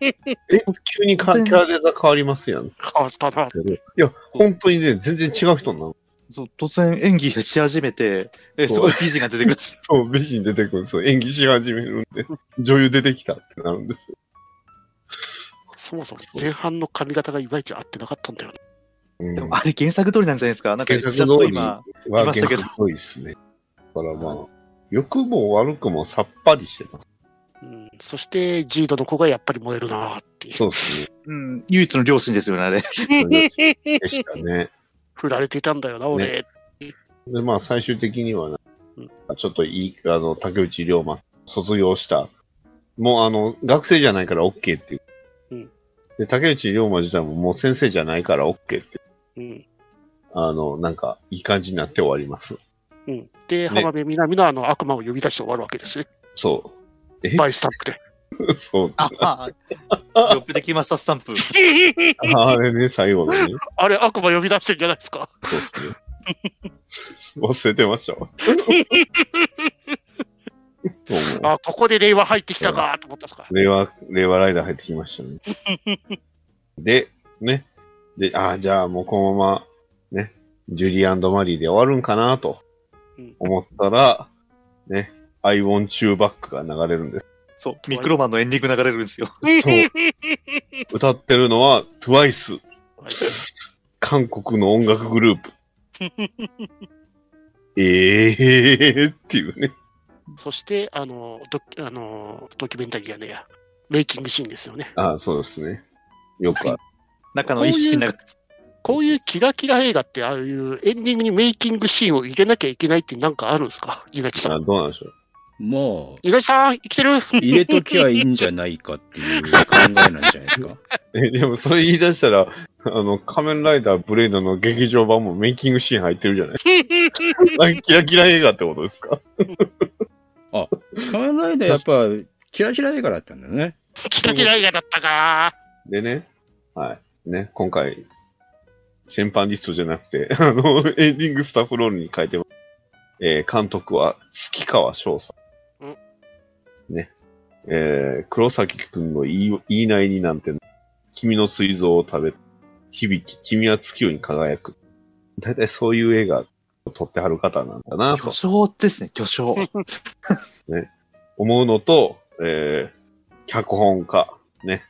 Speaker 2: 急にか
Speaker 3: 全然
Speaker 2: キャラデザ変わりますやん。い
Speaker 1: 変わったな。
Speaker 2: や、本当にね、全然違う人なの。
Speaker 3: そう突然演技し始めて、えすごい美人が出てくるんです。
Speaker 2: そう、美人出てくるんですよ。演技し始めるんで、女優出てきたってなるんですよ。
Speaker 1: そもそも前半の髪型がいまいち合ってなかったんだよね。
Speaker 2: うん
Speaker 3: でもあれ原作通りなんじゃないですかなんか、
Speaker 2: 原
Speaker 3: ち
Speaker 2: 作
Speaker 3: ゃ
Speaker 2: 通り
Speaker 3: んと今、
Speaker 2: は
Speaker 3: ましたけど
Speaker 2: っぽいですね。だからまあ、良くも悪くもさっぱりしてます。
Speaker 1: うん、そして、ジードの子がやっぱり燃えるなーっていう。
Speaker 2: そうです
Speaker 3: うん、唯一の両親ですよね、あれ。
Speaker 2: ね。でしたね。
Speaker 1: 振られていたんだよな、俺。
Speaker 2: で、まあ最終的にはな
Speaker 1: うん、
Speaker 2: ちょっといい、あの、竹内涼真、卒業した。もうあの、学生じゃないから OK っていう。
Speaker 1: うん
Speaker 2: で、竹内涼真自体ももう先生じゃないから OK って。
Speaker 1: うん
Speaker 2: あの、なんか、いい感じになって終わります。
Speaker 1: うん、で、浜辺美波のあの悪魔を呼び出して終わるわけですね。
Speaker 2: そ
Speaker 1: バイスタンプで。
Speaker 2: う。 (laughs) そう。
Speaker 3: (laughs) あ、まあ、よくできました、スタンプ。
Speaker 2: あれね、最後のね。
Speaker 1: あれ、悪魔呼び出してるんじゃないですか。
Speaker 2: そうっすね。忘れてまし
Speaker 1: (laughs)
Speaker 2: たわ。そうも
Speaker 1: あ、ここで令和入ってきたかと思ったんですか。
Speaker 2: う令和、令和ライダー入ってきましたね。
Speaker 1: (laughs)
Speaker 2: で、ね。で、ああ、じゃあもうこのまま、ね、ジュリーマリーで終わるんかなと
Speaker 1: うん
Speaker 2: 思ったら、ね、アイウォンチューバックが流れるんです。
Speaker 3: そう、ミクロマンのエンディング流れるんですよ。
Speaker 2: そう。歌ってるのは TWICE、韓国の音楽グルー
Speaker 1: (laughs)
Speaker 2: プ。ええーっていうね。
Speaker 1: そして、あの、ドキあのドキュメンタリーやねえや、メイキングシーンですよね。
Speaker 2: ああ、そうですね。よくある。
Speaker 3: 中の一心な
Speaker 1: こういうキラキラ映画って、ああいうエンディングにメイキングシーンを入れなきゃいけないってなんかあるんですか稲木さ
Speaker 2: あ
Speaker 1: ん。
Speaker 2: どうなんでしょう。
Speaker 4: まあ、
Speaker 1: 稲木さん、生きてる
Speaker 4: 入れときゃいいんじゃないかっていう考えなんじゃないで
Speaker 2: (laughs)
Speaker 4: すか。
Speaker 2: え、でもそれ言い出したら、あの、仮面ライダーブレイドの劇場版もメイキングシーン入ってるじ
Speaker 1: (laughs)
Speaker 2: ゃ (laughs) ないですか。キラキラ映画ってことですか
Speaker 4: 仮面ライダーやっぱ、キラキラ映画だったんだよね。
Speaker 1: キラキラ映画だったか。
Speaker 2: でね、はい。ね、今回、先般リストじゃなくて、 (laughs) あの、エンディングスタッフロールに書いてます。えー監督は月川翔さ
Speaker 1: うん
Speaker 2: ん。ね。えー黒崎くんの言い言いないになんて、君の膵臓を食べ、響き、君は月夜に輝く。だいたいそういう映画を撮ってはる方なんだなと
Speaker 3: 巨匠ですね、巨 (laughs) 匠。
Speaker 2: 思うのと、えー脚本家、ね。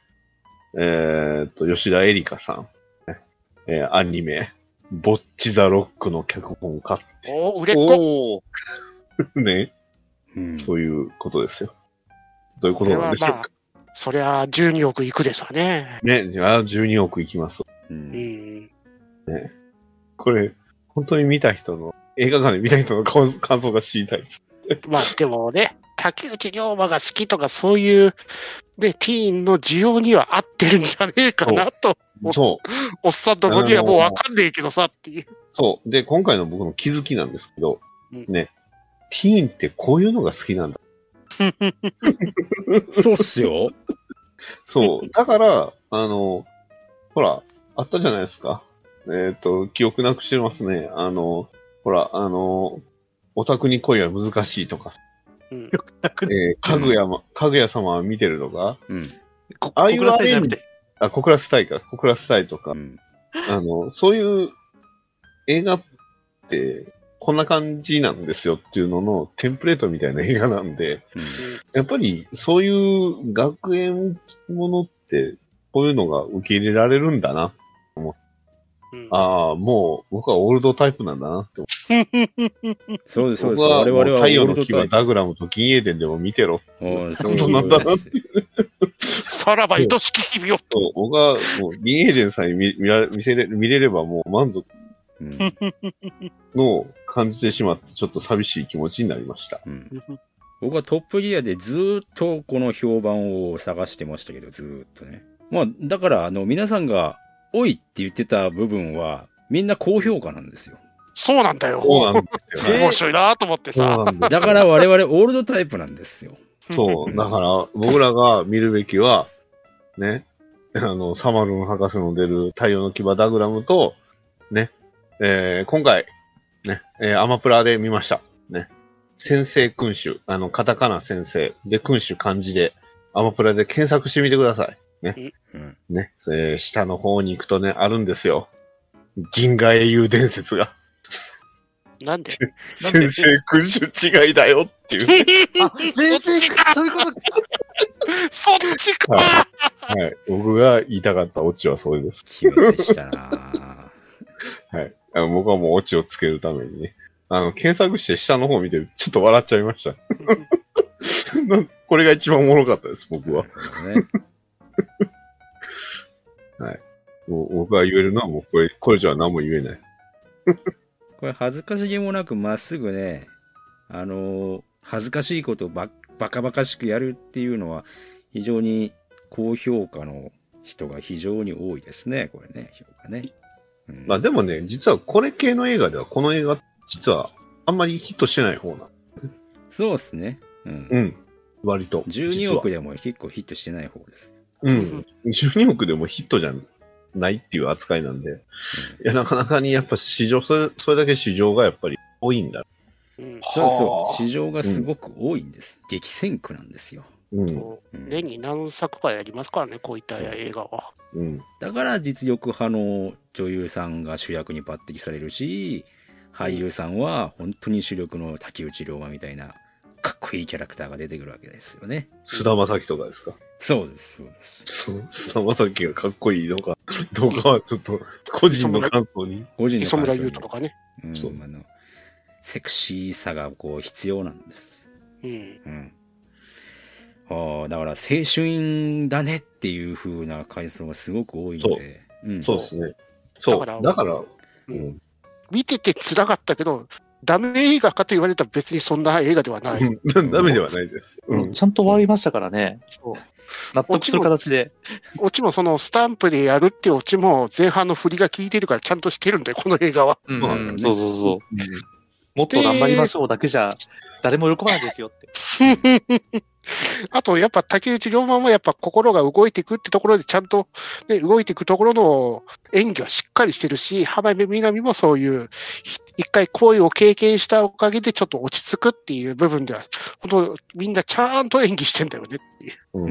Speaker 2: えーっと、吉田絵里香さん、ねえーアニメ、ボッチザ・ロックの脚本家、 (laughs)
Speaker 1: おー売れっ子。
Speaker 3: おお。
Speaker 2: ね。
Speaker 4: うん。
Speaker 2: そういうことですよ。どういうことなんでしょうか。
Speaker 1: そりゃ、12億いくですわね。
Speaker 2: ね、じゃあ12億いきます。
Speaker 4: う
Speaker 1: うんん。
Speaker 2: これ、本当に見た人の、映画館で見た人の感感想が知りたいです。 (laughs)
Speaker 1: まあ、でもね、竹内涼真が好きとか、そういう、ね、ティーンの需要には合ってるんじゃねえかなと、お
Speaker 2: そう。
Speaker 1: おっさんとこにはもうわかんねえけどさっていう。
Speaker 2: そう。で、今回の僕の気づきなんですけど、
Speaker 1: うん
Speaker 2: ね、ティーンってこういうのが好きなんだ
Speaker 4: そうっすよ。
Speaker 2: そう。だから、あの、ほら、あったじゃないですか。えっ、と、記憶なくしてますね。あの、ほら、あの、オタクに恋は難しいとか、
Speaker 1: うん
Speaker 2: えー、かぐやま、かぐや様は見てるとか、
Speaker 4: うん。
Speaker 3: こ
Speaker 2: ああいう
Speaker 3: 小倉さんじゃなくて
Speaker 2: あ、小倉スタイか、小倉スタイとか
Speaker 4: う、ん。
Speaker 2: あの、そういう映画って、こんな感じなんですよっていうののテンプレートみたいな映画なんで、やっぱりそういう学園ものって、こういうのが受け入れられるんだな
Speaker 1: うん
Speaker 2: ああ、もう僕はオールドタイプなんだなって思
Speaker 4: そうです、そう
Speaker 2: う。
Speaker 4: で
Speaker 2: 僕
Speaker 4: す。
Speaker 2: は
Speaker 4: 我々
Speaker 2: もう
Speaker 4: は
Speaker 2: 太陽
Speaker 4: オー
Speaker 2: の
Speaker 4: ルド
Speaker 2: 木は
Speaker 4: タイ
Speaker 2: ダグラムと銀英伝でも見てろ。
Speaker 4: プうんそう
Speaker 2: 本当なんだなって
Speaker 1: さらば愛しき日々を。
Speaker 2: そう僕はもう銀英伝さえ見見られ見せれ見れればもう満足
Speaker 4: うん
Speaker 2: のを感じてしまってちょっと寂しい気持ちになりました。
Speaker 4: うん僕はトップギアでずーっとこの評判を探してましたけど、ずーっとね。まあ、だから、あの、皆さんが、おいって言ってた部分は、みんな高評価なんですよ。
Speaker 1: そうなんだよ。
Speaker 2: そうなんですよ。
Speaker 4: (laughs) え
Speaker 1: 面白いなと思って
Speaker 2: そう
Speaker 1: さ。
Speaker 2: なんですよ
Speaker 4: だから我々オールドタイプなんですよ。
Speaker 2: そう。だから、僕らが見るべきは、ね、あの、サマルン博士の出る太陽の牙ダグラムと、ね、えー今回、ね、えーアマプラで見ました。ね、先生君主、あの、カタカナ先生で君主漢字で、アマプラで検索してみてください。
Speaker 4: うん。
Speaker 2: ね、えー下の方に行くとね、あるんですよ。銀河英雄伝説が。
Speaker 1: なんで
Speaker 2: 先生君主違いだよっていう。
Speaker 3: あ、
Speaker 1: (laughs)
Speaker 3: 先生、そういうことか。
Speaker 1: そっちか、
Speaker 2: はい。僕が言いたかったオチはそれです。
Speaker 4: 綺麗でしたな
Speaker 2: はい。あの僕はもうオチをつけるためにね。あの、検索して下の方見て、ちょっと笑っちゃいました。 (laughs) なこれが一番おもろかったです、僕は。
Speaker 4: ぁ。ね
Speaker 2: もう僕が言えるのはもうこれ、これ以上は何も言えない。
Speaker 4: これ恥ずかしげもなくまっすぐね、あのー恥ずかしいことをば、バカバカしくやるっていうのは、非常に高評価の人が非常に多いですね、これね、評価ね。うん
Speaker 2: まあでもね、実はこれ系の映画では、この映画、実はあんまりヒットしてない方なの。
Speaker 4: そうですね。うん。
Speaker 2: うん。割と。実
Speaker 4: 12
Speaker 2: は
Speaker 4: 億でも結構ヒットしてない方です。
Speaker 2: うん。12億でもヒットじゃないっていう扱いなんで。いや、なかなかにやっぱ市場、それそれだけ市場がやっぱり多いんだ。
Speaker 1: うん
Speaker 4: そうそう。市場がすごく多いんです。激戦区なんですよ。
Speaker 2: うん。
Speaker 4: うん
Speaker 1: 年に何作かやりますからね、こういった映画は。
Speaker 2: うん。
Speaker 4: だから実力派の女優さんが主役に抜擢されるし、俳優さんは本当に主力の竹内涼真みたいなかっこいいキャラクターが出てくるわけですよね。
Speaker 2: 菅田将暉とかですか
Speaker 4: そうです、そうです。
Speaker 2: そう、菅田将暉がかっこいいのか、どうかはちょっと、個人の感想に。
Speaker 4: 個人の
Speaker 1: 磯村
Speaker 4: 感想
Speaker 1: 優
Speaker 4: に
Speaker 1: 斗とかね。
Speaker 4: うん、
Speaker 2: そう
Speaker 4: あの、セクシーさがこう必要なんです。
Speaker 1: うん。
Speaker 4: うん。ああ、だから青春だねっていう風な回想がすごく多いので。うん、
Speaker 2: そうですね。そう。だ
Speaker 1: だ
Speaker 2: か、
Speaker 1: からら
Speaker 2: う
Speaker 1: うん
Speaker 2: ん、
Speaker 1: 見てて辛かったけど、ダメ映画かと言われたら別にそんな映画ではない。
Speaker 2: うん (laughs) ダメではないです。うん。
Speaker 3: ちゃんと終わりましたからね。
Speaker 1: そう
Speaker 3: 納得する形で。
Speaker 1: オチもそのスタンプでやるっていうオチも前半の振りが効いてるからちゃんとしてるんだよ、この映画は。
Speaker 3: うん
Speaker 2: そうなん
Speaker 4: だよね
Speaker 3: そうそうそう。もっと頑張りましょうだけじゃ、誰も喜ばないですよって。
Speaker 1: あと、やっぱ竹内涼真もやっぱ心が動いていくってところでちゃんと、ね、動いていくところの演技はしっかりしてるし、浜辺美波もそういう、ひ一回恋を経験したおかげでちょっと落ち着くっていう部分では、本当みんなちゃんと演技してんだよねっていう。
Speaker 2: う。
Speaker 4: うん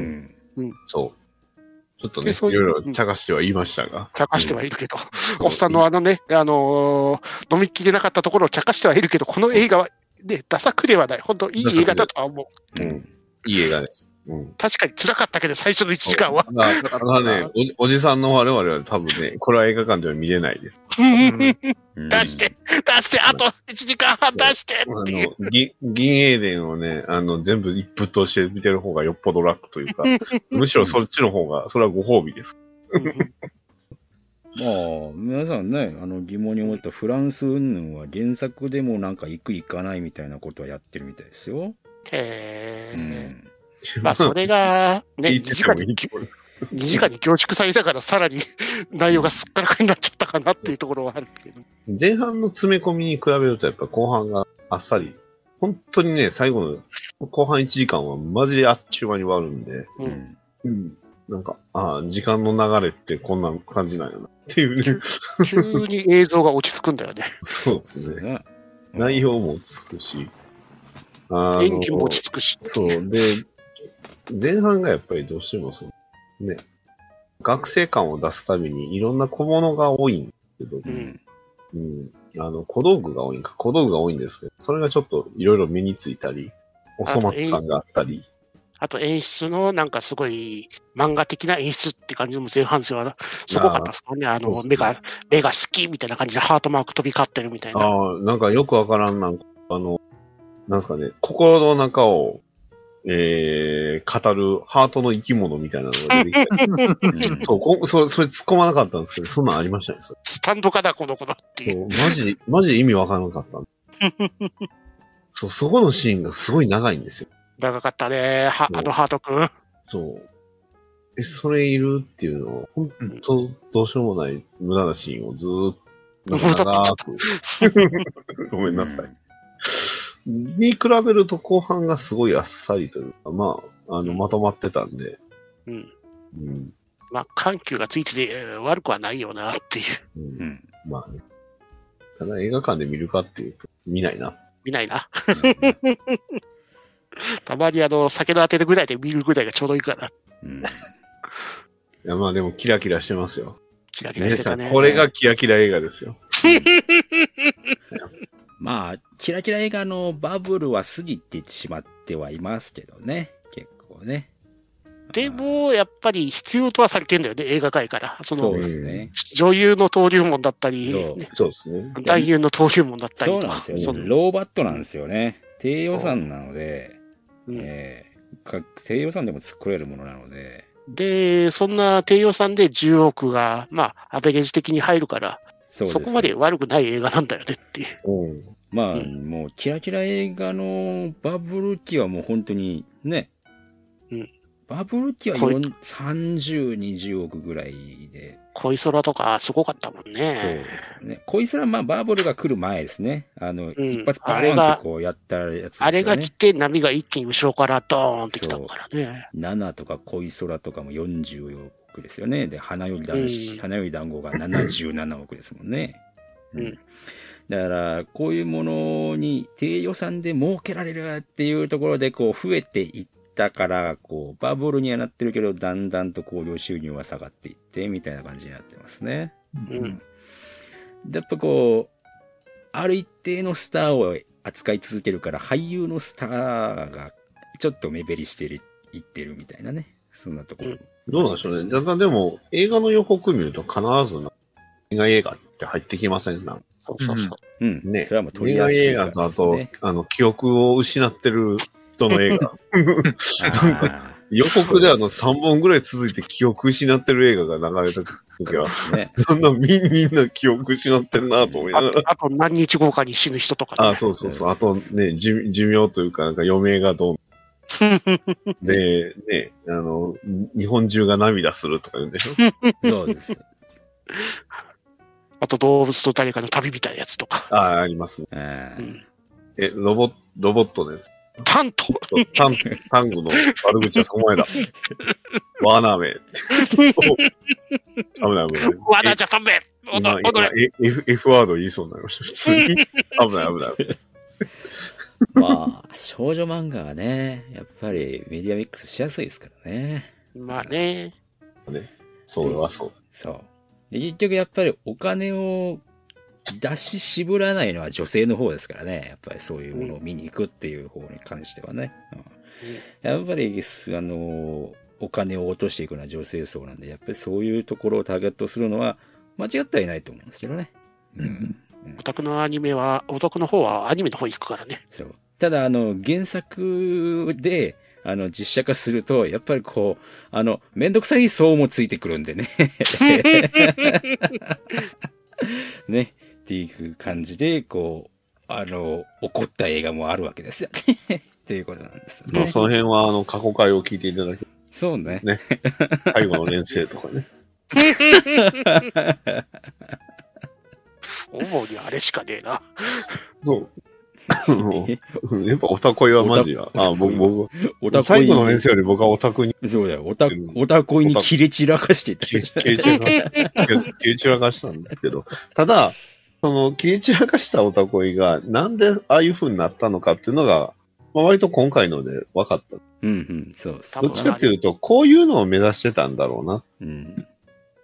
Speaker 4: ん。
Speaker 2: そう。ちょっとね、
Speaker 1: で
Speaker 2: い
Speaker 1: そう
Speaker 2: ろ
Speaker 1: い
Speaker 2: いうろ茶化しては言いましたが。
Speaker 1: 茶化してはいるけど、 (laughs) おっさんのあのね、あのー飲みきれなかったところを茶化してはいるけど、この映画は、ね、ダサくではない。本当いい映画だとは思う。
Speaker 4: うん。
Speaker 2: いい映画です。うん。
Speaker 1: 確かに辛かったけど、最初の1時間は。
Speaker 2: だからだから
Speaker 1: (laughs)
Speaker 2: ねおじ、おじさんの我々は多分ね、これは映画館では見れな
Speaker 1: (laughs)
Speaker 2: いです。
Speaker 4: うん
Speaker 1: 出して、出して、あと1時間半出して
Speaker 2: あ
Speaker 1: っていう。
Speaker 2: の、ぎ銀英伝をね、あの、全部ぶっ通して見てる方がよっぽど楽とい
Speaker 1: (laughs)
Speaker 2: うか、むしろそっちの方が、それはご褒美です。
Speaker 4: まあ、皆さんね、あの疑問に思ったフランス云々は原作でもなんか行く行かないみたいなことはやってるみたいですよ。
Speaker 1: え
Speaker 4: う
Speaker 1: ー
Speaker 4: ん。
Speaker 1: まあ、それ
Speaker 2: (laughs)
Speaker 1: が、ね、
Speaker 2: 言
Speaker 1: 2
Speaker 2: って
Speaker 1: 時
Speaker 2: て
Speaker 1: 間
Speaker 2: も
Speaker 1: に
Speaker 2: いいところです。
Speaker 1: 2時間に凝縮されたから、さ
Speaker 2: (laughs)
Speaker 1: らに内容がすっからかになっちゃったかなっていうところはあるけ
Speaker 2: (laughs)
Speaker 1: ど。
Speaker 2: 前半の詰め込みに比べると、やっぱ後半があっさり。本当にね、最後の後半1時間はマジであっちゅう間に終わるんで、
Speaker 1: う
Speaker 4: うんん。
Speaker 2: なんか、ああ、時間の流れってこんな感じなんやなっていうね。
Speaker 1: 急に映像が落ち着くんだよね。
Speaker 2: そうですね。
Speaker 4: ね
Speaker 2: 内容も美しい。あの
Speaker 1: 演技も落ち着くし。
Speaker 2: そう。で、前半がやっぱりどうしてもその、ね、学生感を出すためにいろんな小物が多いんですけど、
Speaker 4: うん。
Speaker 2: うん。あの、小道具が多いんか、小道具が多いんですけど、それがちょっといろいろ身についたり、お粗末感があったり、
Speaker 1: あと演出のなんかすごい漫画的な演出って感じも前半戦はすごかったですからね。あ
Speaker 2: そうっ
Speaker 1: の、
Speaker 2: すね
Speaker 1: 目が、目が好きみたいな感じでハートマーク飛び交ってるみたいな。
Speaker 2: ああ、なんかよくわからん、なんか、あの、なんすかね、心の中を、えー、語るハートの生き物みたいなのが出てきて、
Speaker 4: うん
Speaker 2: そうこ、そそれ突っ込まなかったんですけど、そんなんありましたね、それ
Speaker 1: スタンドかな、この子のっていう。
Speaker 2: そうマジで、マジで意味わからなかった。そう、そこのシーンがすごい長いんですよ。
Speaker 1: 長かったね。は
Speaker 2: そう
Speaker 1: あのハートくん。
Speaker 2: そう。え、それいるっていうのは、本当どうしようもない無駄なシ (laughs) ーンをずーっと長く。ごめんなさい。に比べると後半がすごいあっさりというか、まあ、あの、まとまってたんで、
Speaker 1: うん。
Speaker 2: うん。
Speaker 1: まあ、緩急がついててえー悪くはないよなっていう。
Speaker 2: う、
Speaker 4: うんん。
Speaker 2: まあね。ただ映画館で見るかっていうと、見ないな。
Speaker 1: 見ないな。たまにあの、酒の当てるぐらいで見るぐらいがちょうどいいかな。
Speaker 4: うん。
Speaker 2: いや、まあでもキラキラしてますよ。
Speaker 1: キラキラ
Speaker 2: 皆
Speaker 1: して
Speaker 2: さ
Speaker 1: たね。
Speaker 2: ん、これがキラキラ映画ですよ。
Speaker 4: まあ、キラキラ映画のバブルは過ぎてしまってはいますけどね。結構ね。
Speaker 1: でも、やっぱり必要とはされてんだよね、映画界から。そ
Speaker 4: そう
Speaker 1: の、
Speaker 4: ですね。
Speaker 1: 女優の登竜門だったり、
Speaker 4: そう
Speaker 1: ね
Speaker 2: そうですね。
Speaker 1: 男優の登竜門だった
Speaker 4: そ
Speaker 1: り
Speaker 4: う
Speaker 1: と
Speaker 4: なん
Speaker 1: か。
Speaker 4: です
Speaker 1: そ
Speaker 4: よね。
Speaker 1: の
Speaker 4: ローバットなんですよね。低予算なので、
Speaker 1: うん
Speaker 4: えーか低予算でも作れるものなので、
Speaker 1: で、そんな低予算で10億が、まあ、アベレージ的に入るから、
Speaker 4: そ
Speaker 1: そこまで悪
Speaker 4: く。
Speaker 1: くない映画なんだよねっていう。
Speaker 2: うん。
Speaker 4: まあ、
Speaker 1: う
Speaker 4: もう、キラキラ映画のバブル期はもう本当に、ね。
Speaker 1: うん
Speaker 4: バブル期は
Speaker 1: これ
Speaker 4: 4 30、20億ぐらいで、
Speaker 1: 恋空とか、すごかったもんね。
Speaker 4: そう。ね、こいつら、まあ、バブルが来る前ですね。あの、
Speaker 1: ん
Speaker 4: 一発バ
Speaker 1: あれ
Speaker 4: ーン
Speaker 1: が
Speaker 4: ってこうやったやつですよね。
Speaker 1: あれが来て、波が一気に後ろからドーンってきたからね。
Speaker 4: 7とか恋空とかも44億ですよね。で、花より
Speaker 1: う
Speaker 4: 団
Speaker 1: ん
Speaker 4: 子、花より団子が77億ですもんね。
Speaker 1: うん
Speaker 4: だから、こういうものに低予算で儲けられるっていうところで、こう、増えていったから、こう、バブルにはなってるけど、だんだんと興行収入は下がっていって、みたいな感じになってますね。
Speaker 1: うん
Speaker 4: やっぱこう、ある一定のスターを扱い続けるから、俳優のスターがちょっと目減りしてる、いってるみたいなね。そんなところ。
Speaker 1: うん
Speaker 2: どうなんでしょうね。だんだんでも、映画の予告見ると必ずな、恋愛映画って入ってきませんなんか
Speaker 1: そうそうそう。
Speaker 4: うん。
Speaker 2: ね。
Speaker 4: それはもう取り
Speaker 2: 恋
Speaker 4: やす
Speaker 2: 愛
Speaker 4: い
Speaker 2: 映
Speaker 4: から
Speaker 2: 画
Speaker 4: で
Speaker 2: と、あ
Speaker 4: す
Speaker 2: と
Speaker 4: ね。、
Speaker 2: あの、記憶を失ってる人の映画。
Speaker 4: あ
Speaker 2: 予告であの3本ぐらい続いて記憶失ってる映画が流れた時は、
Speaker 4: ーね。
Speaker 2: そんなみみんな記憶失ってるなと思いなが
Speaker 1: あと
Speaker 2: ら。
Speaker 1: あと何日後かに死ぬ人とか、ね。
Speaker 2: あそうそうそう。あとね、寿寿命というか、なんか余命がどうで、ね、あの、日本中が涙するとか言うんでしょ
Speaker 4: そうです。
Speaker 1: あと動物と誰かの旅みたいなやつとか。
Speaker 2: ああ、ありますね。
Speaker 4: あー
Speaker 1: うん
Speaker 2: え、ロボ、ロボットのやつ。
Speaker 1: タント
Speaker 2: タン、タングの悪口はそこまでだ。ワーナーメン。
Speaker 4: (laughs)
Speaker 2: 危ない危ない。
Speaker 1: ワナジャパンメン
Speaker 2: 今
Speaker 1: 踊踊れ
Speaker 2: 今 F, F ワード言いそうになりました。普通
Speaker 4: (laughs)
Speaker 2: に。危ない危ない。
Speaker 4: まあ、少女漫画はね、やっぱりメディアミックスしやすいですからね。
Speaker 1: まあね。
Speaker 2: それはそう。
Speaker 4: そう。で、結局やっぱりお金を出し渋らないのは女性の方ですからね。やっぱりそういうものを見に行くっていう方に関してはね。うん、やっぱり、すあの、お金を落としていくのは女性層なんで、やっぱりそういうところをターゲットするのは間違ってはいないと思うんですけどね。うん。
Speaker 1: オタクのアニメは、オタクの方はアニメの方行くからね。
Speaker 4: そう。ただ、あの、原作で、あの、実写化すると、やっぱりこう、あの、めんどくさい層もついてくるんでね。 (laughs) ね。っていう感じで、こう、あの、怒った映画もあるわけですよね。 (laughs) っていうことなんですよ
Speaker 2: まあ
Speaker 4: ね。
Speaker 2: その辺は、あの、過去回を聞いていただき、
Speaker 4: そうね。
Speaker 2: 最後の連生とかね。
Speaker 1: 主にあれしかねえな。
Speaker 4: (laughs)
Speaker 2: そう。もうやっぱオタコイはマジや。あ、僕、僕、
Speaker 4: オタ
Speaker 2: (laughs)
Speaker 4: コ
Speaker 2: 最
Speaker 4: イ
Speaker 2: 後の連
Speaker 4: に、
Speaker 2: 生より僕はオタクに
Speaker 4: そうだよ。オタ、オタコイに切れ散らかしていた。
Speaker 2: 切れ散らかした、切れ散らかしたんですけど、ただ、その、切れ散らかしたオタコイが、なんでああいう風になったのかっていうのが、まあ、割と今回ので分かった。
Speaker 4: うんうん、そうそ
Speaker 2: ど
Speaker 4: う
Speaker 2: っ。ちかっていうと、こういうのを目指してたんだろうな。
Speaker 4: うん。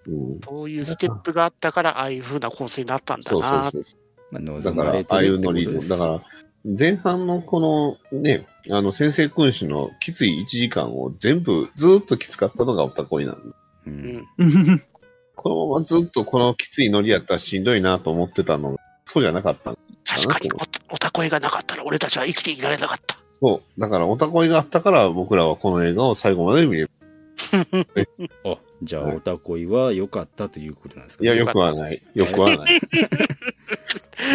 Speaker 2: うん。
Speaker 1: そういうステップがあったから、ああいう風な構成になったんだ
Speaker 2: そうそう
Speaker 1: な。
Speaker 2: そう。
Speaker 4: まあ、
Speaker 2: だ
Speaker 4: 望
Speaker 2: か
Speaker 4: ま
Speaker 2: ら、
Speaker 4: れ
Speaker 2: あ
Speaker 4: て
Speaker 2: あい
Speaker 4: るっ
Speaker 2: う
Speaker 4: て
Speaker 2: ノ
Speaker 4: こ
Speaker 2: リ
Speaker 4: とで
Speaker 2: も、
Speaker 4: す。
Speaker 2: だから、前半のこのね、あの、先生君主のきつい1時間を全部、ずーっときつかったのがオタコイなんだ。
Speaker 1: う
Speaker 4: う
Speaker 1: んん。
Speaker 2: このままずっとこのきついノリやったらしんどいなと思ってたの、そうじゃなかった。
Speaker 1: 確かにオ、オタク絵がなかったら、俺たちは生きていられなかった。
Speaker 2: そう。だから、オタコイがあったから、僕らはこの映画を最後まで見れる。
Speaker 4: あ、じゃあ、
Speaker 2: はい
Speaker 4: オタコイは良かったということなんですか
Speaker 2: いや、よくはない。よくは (laughs) ない。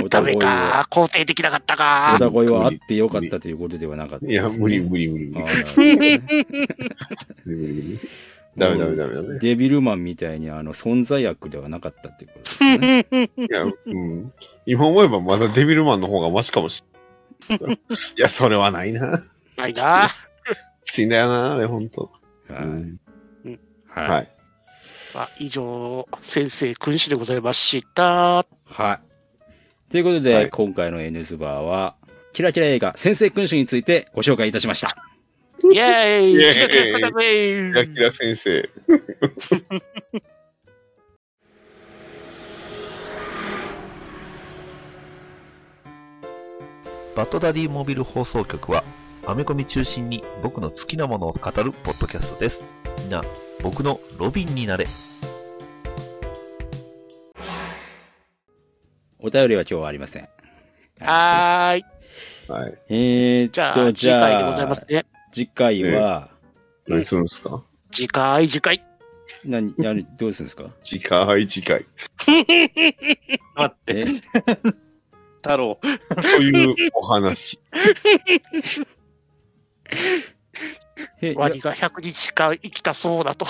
Speaker 4: オ
Speaker 1: ダ
Speaker 4: タコ
Speaker 1: メ
Speaker 4: イは、
Speaker 1: か、肯定できなかったか
Speaker 4: オ。タコイはあって良かったということではなかった
Speaker 2: いや、無理、
Speaker 4: 理。
Speaker 2: 無理、無理、無
Speaker 4: あ
Speaker 2: 理
Speaker 4: ーなるほどね
Speaker 2: 無理、無理、無理。ダメ、ダメ、ダメ、ダメ。
Speaker 4: デビルマンみたいに、あの、存在悪ではなかったっていうことですね。
Speaker 2: いや、うん。今思えばまだデビルマンの方がマシかもし (laughs) いや、それはないな。
Speaker 1: ないな。
Speaker 2: きついんだよな、あれ、ほんと。
Speaker 4: は
Speaker 2: う
Speaker 4: い。
Speaker 2: ん
Speaker 4: は。
Speaker 2: はいい。
Speaker 1: まあ、以上、先生、君子でございま
Speaker 2: (laughs)
Speaker 1: した。
Speaker 4: はい。ということで、
Speaker 2: はい
Speaker 4: 今回の N ズバーは、キラキラ映画、先生君主についてご紹介いたしました。
Speaker 1: イェーイ
Speaker 2: イェーイ
Speaker 1: キラキラ片
Speaker 2: キ
Speaker 1: 手
Speaker 2: ラキラ先生。
Speaker 7: バッドダディモビル放送局は、アメコミ中心に僕の好きなものを語るポッドキャストです。みんな、僕のロビンになれ。
Speaker 4: お便りは今日はありません。
Speaker 1: はーい。
Speaker 2: はい。
Speaker 4: えーっと、
Speaker 1: じゃあ、次回でございますね。
Speaker 4: 次回は、
Speaker 2: 何するんですか
Speaker 1: 次回、次回。
Speaker 4: 何、何、どうするんですか
Speaker 2: 次回、次回。
Speaker 3: 待っ
Speaker 4: え
Speaker 3: て、太郎。
Speaker 2: というお (laughs) 話。 (laughs)
Speaker 4: え、いや
Speaker 1: ワニが100日間生きたそうだと。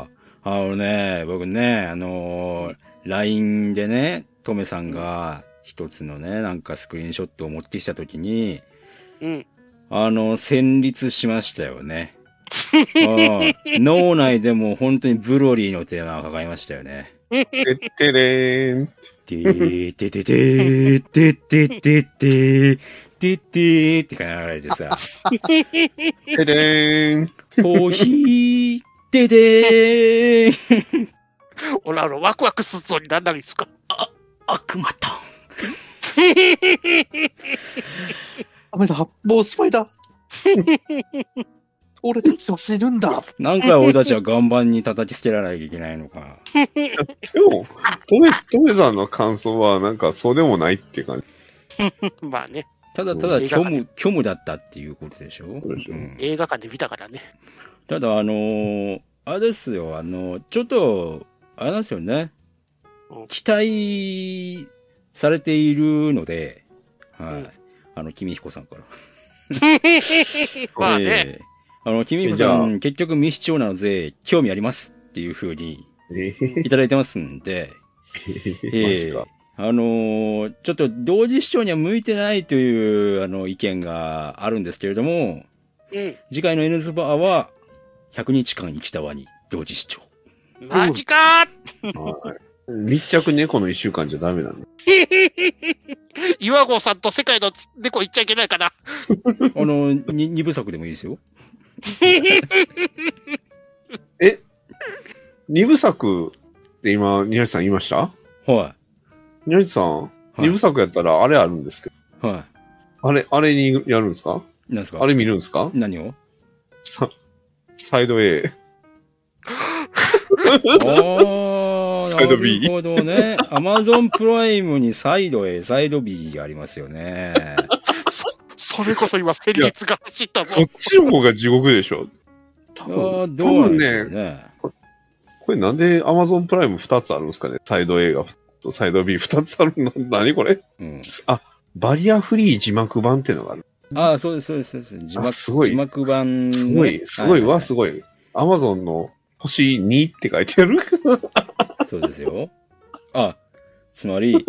Speaker 4: ああ、あのね、僕ね、あのー LINE でね、トメさんが一つのね、なんかスクリーンショットを持ってきたときに、
Speaker 1: うん。
Speaker 4: あの、戦慄しましたよね。うん脳内でもう本当にブロリーのテーマがかかりましたよね。
Speaker 2: てってれーん。
Speaker 4: てーてててーててててーててーって感じられてさ、
Speaker 2: てれーん。
Speaker 4: コーヒーててー
Speaker 1: 俺、あの、ワクワクするぞになんないですか。
Speaker 4: 悪魔タン。
Speaker 3: ダメだ、発泡スパイだ。俺たちは死ぬんだ。
Speaker 4: 何回俺たちは岩盤に叩きつけられなきゃいけないのか。
Speaker 2: でも、トメ、トメさんの感想は、なんか、そうでもないって感じ。
Speaker 1: (laughs) まあね、
Speaker 4: ただただ
Speaker 1: うん
Speaker 4: 虚無、虚無だったっていうことでしょ
Speaker 2: そうでしょ
Speaker 4: ん
Speaker 1: 映画館で見たからね。
Speaker 4: ただあのーあれですよ、あのちょっと、あれなんですよね
Speaker 1: うん。
Speaker 4: 期待されているので、はい。
Speaker 1: うん
Speaker 4: あの、君彦さんから。
Speaker 1: まあね、
Speaker 4: ええあの、君彦
Speaker 2: じ
Speaker 4: さ
Speaker 2: ゃ
Speaker 4: ん、結局未視聴なので、興味ありますっていうふうに
Speaker 2: えへ
Speaker 4: いただいてますんで、
Speaker 2: へマジか。
Speaker 4: あのーちょっと同時視聴には向いてないという、あの、意見があるんですけれども、次回の N ズバーは、100日間生きたワニ、同時
Speaker 2: (laughs)
Speaker 4: 視聴。
Speaker 1: うん。マジか
Speaker 2: はい密着猫の一週間じゃダメなんだ。
Speaker 1: ー岩合さんと世界の猫行っちゃいけないかな。
Speaker 4: あの、に二部作でもいいですよ。
Speaker 2: 二部作って今、宮内さん言いました
Speaker 4: は
Speaker 2: 宮内さん、
Speaker 4: い。
Speaker 2: 二部作やったらあれあるんですけど、
Speaker 4: はい。は
Speaker 2: あれ、あれにやるんですか
Speaker 4: い。なんですか
Speaker 2: あれ見るんですか
Speaker 4: 何
Speaker 2: (laughs)
Speaker 4: を
Speaker 2: さサイド A。
Speaker 4: ああ、
Speaker 2: サイド B
Speaker 4: なるほどね。アマゾンプライムにサイド A、サイド B があります
Speaker 2: (laughs)
Speaker 4: よね。
Speaker 1: そそれこそ今、戦慄が走った
Speaker 2: そ
Speaker 1: ぞ
Speaker 2: っ。ちの方が地獄でしょ多
Speaker 4: あー
Speaker 2: 分
Speaker 4: どう
Speaker 2: 多
Speaker 4: なん
Speaker 2: 分
Speaker 4: でしょう
Speaker 2: ね、
Speaker 4: ね。
Speaker 2: これなんで Amazon プライム2つあるんですかねサイド A がとサイド B2 つあるの何これ
Speaker 4: うん。
Speaker 2: バリアフリー字幕版っていうのがある。
Speaker 4: ああ、そうです、そうです、そうです。字幕、
Speaker 2: あすごい
Speaker 4: 字幕版ね、
Speaker 2: すごい、すごいわ、す
Speaker 4: ご
Speaker 2: ごい。Amazon の星2って書いてある。
Speaker 4: い。そうですよ。あ、つまり、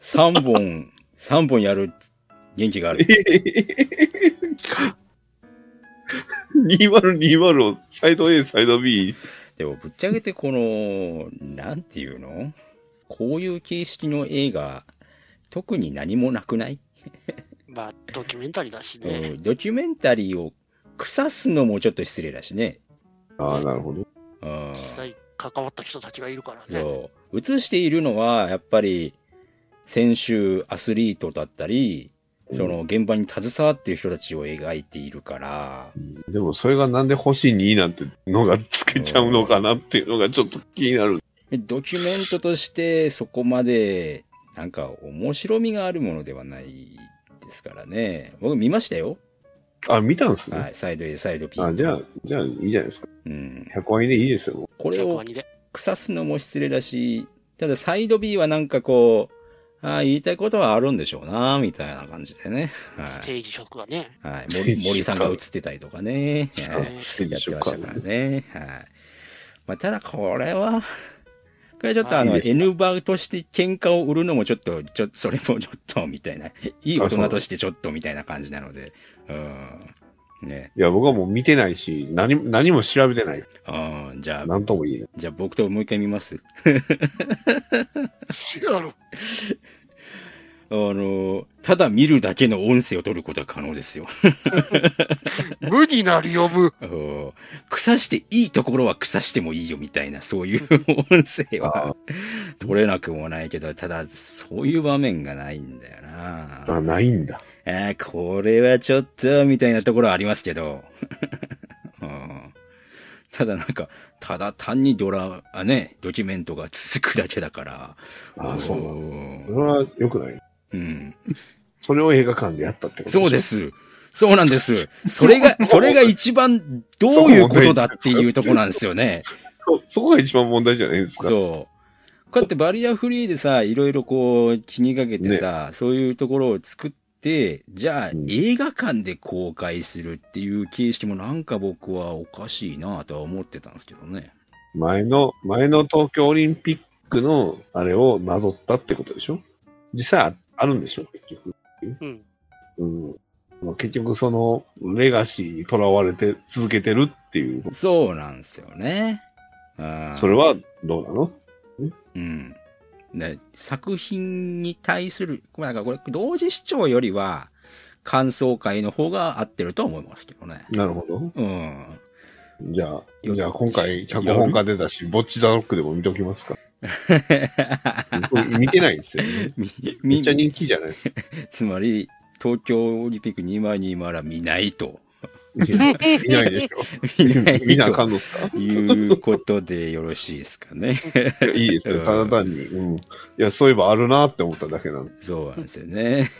Speaker 4: 3本、3本やる元気がある。
Speaker 2: 2020をサイド A、サイド B。
Speaker 4: でも、ぶっちゃけてこの、なんていうのこういう形式の映画、特に何もなくない、
Speaker 1: まあ、ドキュメンタリーだし
Speaker 4: う
Speaker 1: ね。
Speaker 4: んドキュメンタリーを腐すのもちょっと失礼だしね。
Speaker 2: ああ、なるほど。
Speaker 4: うん。
Speaker 1: 実際、関わった人たちがいるからね。
Speaker 4: そう。映しているのは、やっぱり、選手、アスリートだったり、その現場に携わっている人たちを描いているから、
Speaker 2: でもそれがなんで星2なんてのがつけちゃうのかなっていうのがちょっと気になる。
Speaker 4: ドキュメントとしてそこまで、なんか面白みがあるものではないですからね。僕見ましたよ。
Speaker 2: あ、見たんですね。
Speaker 4: はい、サイド A、サイド B。
Speaker 2: あ、じゃあ、じゃあいいじゃないですか。
Speaker 4: うん。
Speaker 2: 100割でいいですよ。
Speaker 4: これ
Speaker 1: 100
Speaker 4: を
Speaker 1: 万人で。
Speaker 4: 腐すのも失礼だし、ただサイド B はなんかこう、ああ、言いたいことはあるんでしょうな、みたいな感じでね。は
Speaker 1: ス
Speaker 4: い。
Speaker 1: テージ食がね。 (laughs)
Speaker 4: はい、森森さんが映ってたりとかね。
Speaker 2: そう
Speaker 4: はい
Speaker 2: 好きで
Speaker 4: やっ
Speaker 2: してょう
Speaker 4: ま
Speaker 2: か (laughs)
Speaker 4: したからね。はい。まあ、ただこれは、これちょっとあの、
Speaker 2: いいですか
Speaker 4: N バーとして喧嘩を売るのもちょっと、ちょ、それもちょっと、み
Speaker 2: (laughs)
Speaker 4: たいな。いい大人としてちょっと、みたいな感じなので。うん。ね。
Speaker 2: いや、僕はもう見てないし、何も、何も調べてない。
Speaker 4: うん。じゃあ、
Speaker 2: なんとも言えない。
Speaker 4: じゃあ僕ともう一回見ます。
Speaker 1: せやろ。
Speaker 4: あの、ただ見るだけの音声を取ることは可能ですよ。 (laughs)
Speaker 1: 無になり読む。
Speaker 4: うん腐していいところは腐してもいいよみたいな、そ
Speaker 2: (laughs)
Speaker 4: ういう音声
Speaker 2: あ
Speaker 4: は取れなくもないけど、ただ、そういう場面がないんだよな。
Speaker 2: あ、ないんだ。
Speaker 4: えーこれはちょっと、みたいなところはありますけど。 (laughs) うんただなんか、ただ単にドラ、あね、ドキュメントが続くだけだから。
Speaker 2: あそうなんだ。それ
Speaker 4: う
Speaker 2: は良くない。
Speaker 4: ん。
Speaker 2: それを映画館でやったってこと。
Speaker 4: そうですす。そうなんです。それが、それが一番どういうことだっていうとこなんですよね。
Speaker 2: そ (laughs) そこが一番問題じゃないですか。
Speaker 4: そう。こうやってバリアフリーでさ、いろいろこう気にかけてさ、そういうところを作って、じゃあ
Speaker 2: うん
Speaker 4: 映画館で公開するっていう形式もなんか僕はおかしいなとは思ってたんですけどね。
Speaker 2: 前の、前の東京オリンピックのあれをなぞったってことでしょ実際ああるんでしょ結局。
Speaker 1: うん。
Speaker 2: うん。まあ、結局その、レガシーにとらわれて続けてるっていう。
Speaker 4: そうなんですよね。うん
Speaker 2: それはどうなの
Speaker 4: うん。ね、作品に対する、まあなんかこれ同時視聴よりは感想会の方が合ってるとは思いますけどね。
Speaker 2: なるほど。
Speaker 4: うん。
Speaker 2: じゃあ、
Speaker 4: よ
Speaker 2: じゃあ今回脚本家出たし、ぼっちザロックでも見ときますか。見てないんですよね。
Speaker 4: (laughs) み
Speaker 2: めっ
Speaker 4: み
Speaker 2: ちゃ人気じゃないですか。
Speaker 4: つまり、東京オリンピック2020は見ないと。
Speaker 2: 見ないでし
Speaker 4: 見な
Speaker 2: ょ。 (laughs) 見
Speaker 4: い
Speaker 2: なあか
Speaker 4: と
Speaker 2: んのっすか
Speaker 4: いうことでよろしいですか
Speaker 2: (laughs)
Speaker 4: ね。
Speaker 2: いやい (laughs) いですよ。ただ単に。うん。いや、そういえばあるなって思っただけなんで。
Speaker 4: そうなんですよね。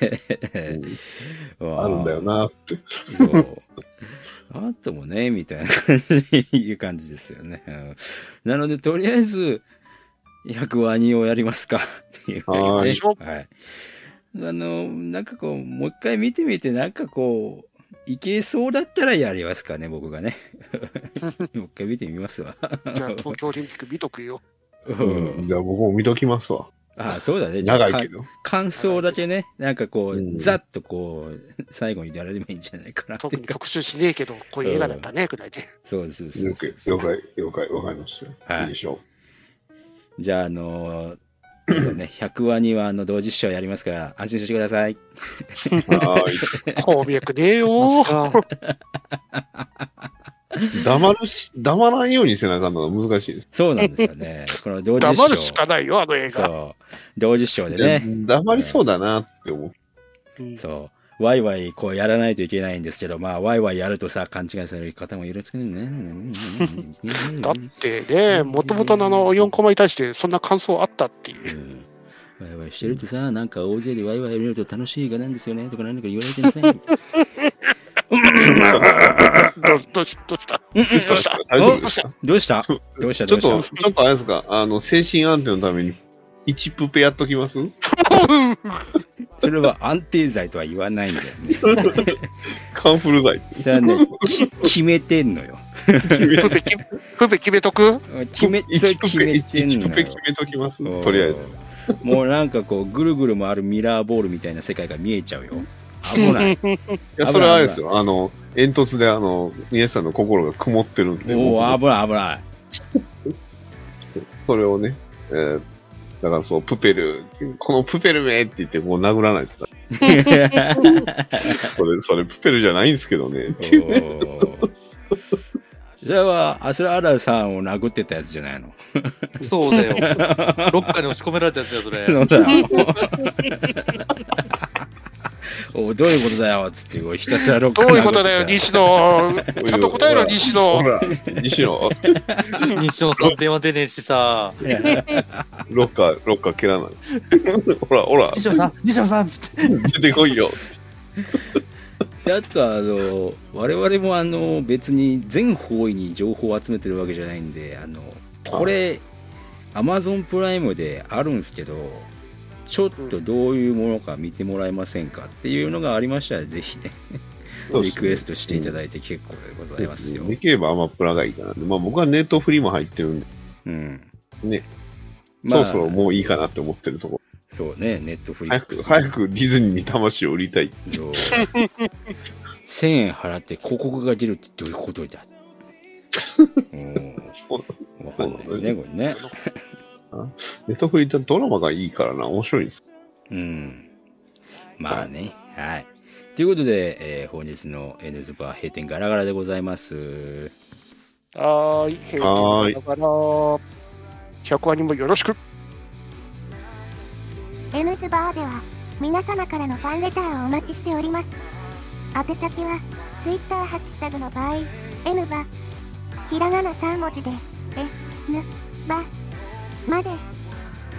Speaker 2: うんあるんだよ
Speaker 4: な。
Speaker 2: なって。
Speaker 4: そう。あともね、みたいな感じ、いう感じですよね。うんなので、とりあえず、100ワニをやりますか。っていう
Speaker 2: は
Speaker 1: ーい
Speaker 4: はい。あの、なんかこう、もう一回見てみて、なんかこう、いけそうだったらやりますかね、僕がね。
Speaker 1: (laughs)
Speaker 4: もう一回見てみますわ。
Speaker 1: じゃあ、東京オリンピック見とくよ。
Speaker 4: う
Speaker 2: うん
Speaker 4: ん
Speaker 2: じゃあ僕も見ときますわ。
Speaker 4: あ、そうだね。
Speaker 2: 長いけど。
Speaker 4: 感想だけね、なんかこう、
Speaker 2: うん
Speaker 4: ざっとこう、最後にやれればいいんじゃないかなって
Speaker 1: 特
Speaker 4: いう
Speaker 1: に
Speaker 4: か。
Speaker 1: 特集しねえけど、こういう映画だったね、ぐらいで。
Speaker 4: そうです、そう
Speaker 2: 了
Speaker 4: で
Speaker 2: 解、
Speaker 4: す
Speaker 2: 了解、了解、わかりました
Speaker 4: はい
Speaker 2: よ。いいでしょ
Speaker 4: じゃあ、あのー皆さんね、100話にはあの同時視聴やりますから、安心してください。
Speaker 2: う。は
Speaker 1: 鉱脈ねえよ
Speaker 3: マジ
Speaker 1: ー。
Speaker 3: か
Speaker 2: ーい。黙るし、黙らんようにせなあかんのが難しいです。
Speaker 4: そうなんですよね。この同時視聴。
Speaker 1: 黙るしかないよ、あの映画。
Speaker 4: そう。同時視聴でね、
Speaker 2: いや黙りそうだなって思う。
Speaker 1: うん
Speaker 4: そう。ワイワイこうやらないといけないんですけど、まあ、ワイワイやるとさ、勘違いされる方もいるんですけどね。
Speaker 1: だってね、もともとのあの4コマに対してそんな感想あったっていう。
Speaker 4: ワイワイしてるとさ、なんか大勢でワイワイやると楽しい映画なんですよね、とか何か言われてなさい。
Speaker 1: どうしどうしたどうした
Speaker 2: 大丈夫ですか
Speaker 4: どう (laughs) したどうした
Speaker 2: ち
Speaker 4: ど
Speaker 2: ょ
Speaker 4: う
Speaker 2: っ
Speaker 4: し
Speaker 2: と、
Speaker 4: た
Speaker 2: ちょっとあれですか、あの、精神安定のために、一プペやっときます
Speaker 4: それは安定剤とは言わないんだよね。
Speaker 2: カンフル剤。
Speaker 4: それはね、き決めてんのよ。
Speaker 1: ふべきふべ決めとく
Speaker 4: 決め、それ
Speaker 2: 一
Speaker 4: 決
Speaker 2: プペ、
Speaker 4: めて
Speaker 2: 一
Speaker 4: ん
Speaker 2: プ
Speaker 4: の
Speaker 2: ペ
Speaker 4: よ
Speaker 2: 決。めときます。とりあえず。
Speaker 4: うん。もうなんかこう、ぐるぐる回るミラーボールみたいな世界が見えちゃうよ。危ない。
Speaker 2: いや、それはあれですよ。あの、煙突で、あの、皆さんの心が曇ってるんで、
Speaker 4: お
Speaker 2: 僕
Speaker 4: お、危ない、危ない。
Speaker 2: それをね、えーだからそう、プペル、このプペルめって言って、こう殴らないと。それ、それ、プペルじゃないんですけどね。
Speaker 4: おーそれは、アスラアラさんを殴ってたやつじゃないの。
Speaker 3: そう
Speaker 4: (laughs)
Speaker 3: だよ。ロッカーに押し込められたやつだよ、それ。
Speaker 4: そうだよ。おどういうことだよっつってこうひたすらロッカ
Speaker 1: ど
Speaker 4: ー
Speaker 1: ういうことだよ、
Speaker 4: 殴って
Speaker 1: 西野。ちゃんと答えろ、西
Speaker 2: ほ
Speaker 1: 野。
Speaker 2: ら、西野、
Speaker 3: 西野さん電話出ねえしさ。
Speaker 2: ロッカー、ロッカー蹴らない。ほら、ほら、
Speaker 3: 西野さん、西野さんっつって。
Speaker 2: 出てこいよ。
Speaker 4: であとはあの我々もあの別に全方位に情報を集めてるわけじゃないんであのこれアマゾンプライムであるんですけどちょっとどういうものか見てもらえませんかっていうのがありましたらぜひねリクエストしていただいて結構でございますよ
Speaker 2: できればアマプラがいいかな。まあ僕はネットフリも入ってるんで、
Speaker 4: うん
Speaker 2: ね。そろそろもういいかなって思ってるとこ
Speaker 4: そうね、ネットフリ
Speaker 2: ろ。早
Speaker 4: ック
Speaker 2: く、
Speaker 4: ス。
Speaker 2: 早
Speaker 4: (laughs)
Speaker 2: くディズニーに魂を売りたい。
Speaker 4: そう1000円払って広告が出るってどういうこ
Speaker 2: (laughs)
Speaker 4: とだうん
Speaker 2: そう
Speaker 4: わかんないよね、これね。
Speaker 2: ネットフリってドラマがいいからな、面白いんです。
Speaker 4: うん。まあね、はい。ということで、えー本日の N ズバー閉店ガラガラでございます。
Speaker 1: はーい、平
Speaker 2: はーい
Speaker 1: 気だから、100話にもよろしく。
Speaker 5: エムズバーでは皆様からのファンレターをお待ちしております宛先は Twitter ハッシュタグの場合 M バひらがな3文字でえぬばまで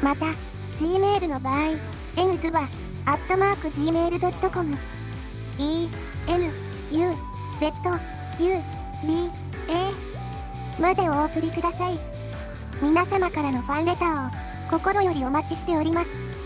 Speaker 5: また Gmail の場合 N ズバアットマーク Gmail.com E N U Z U B A までお送りください皆様からのファンレターを心よりお待ちしております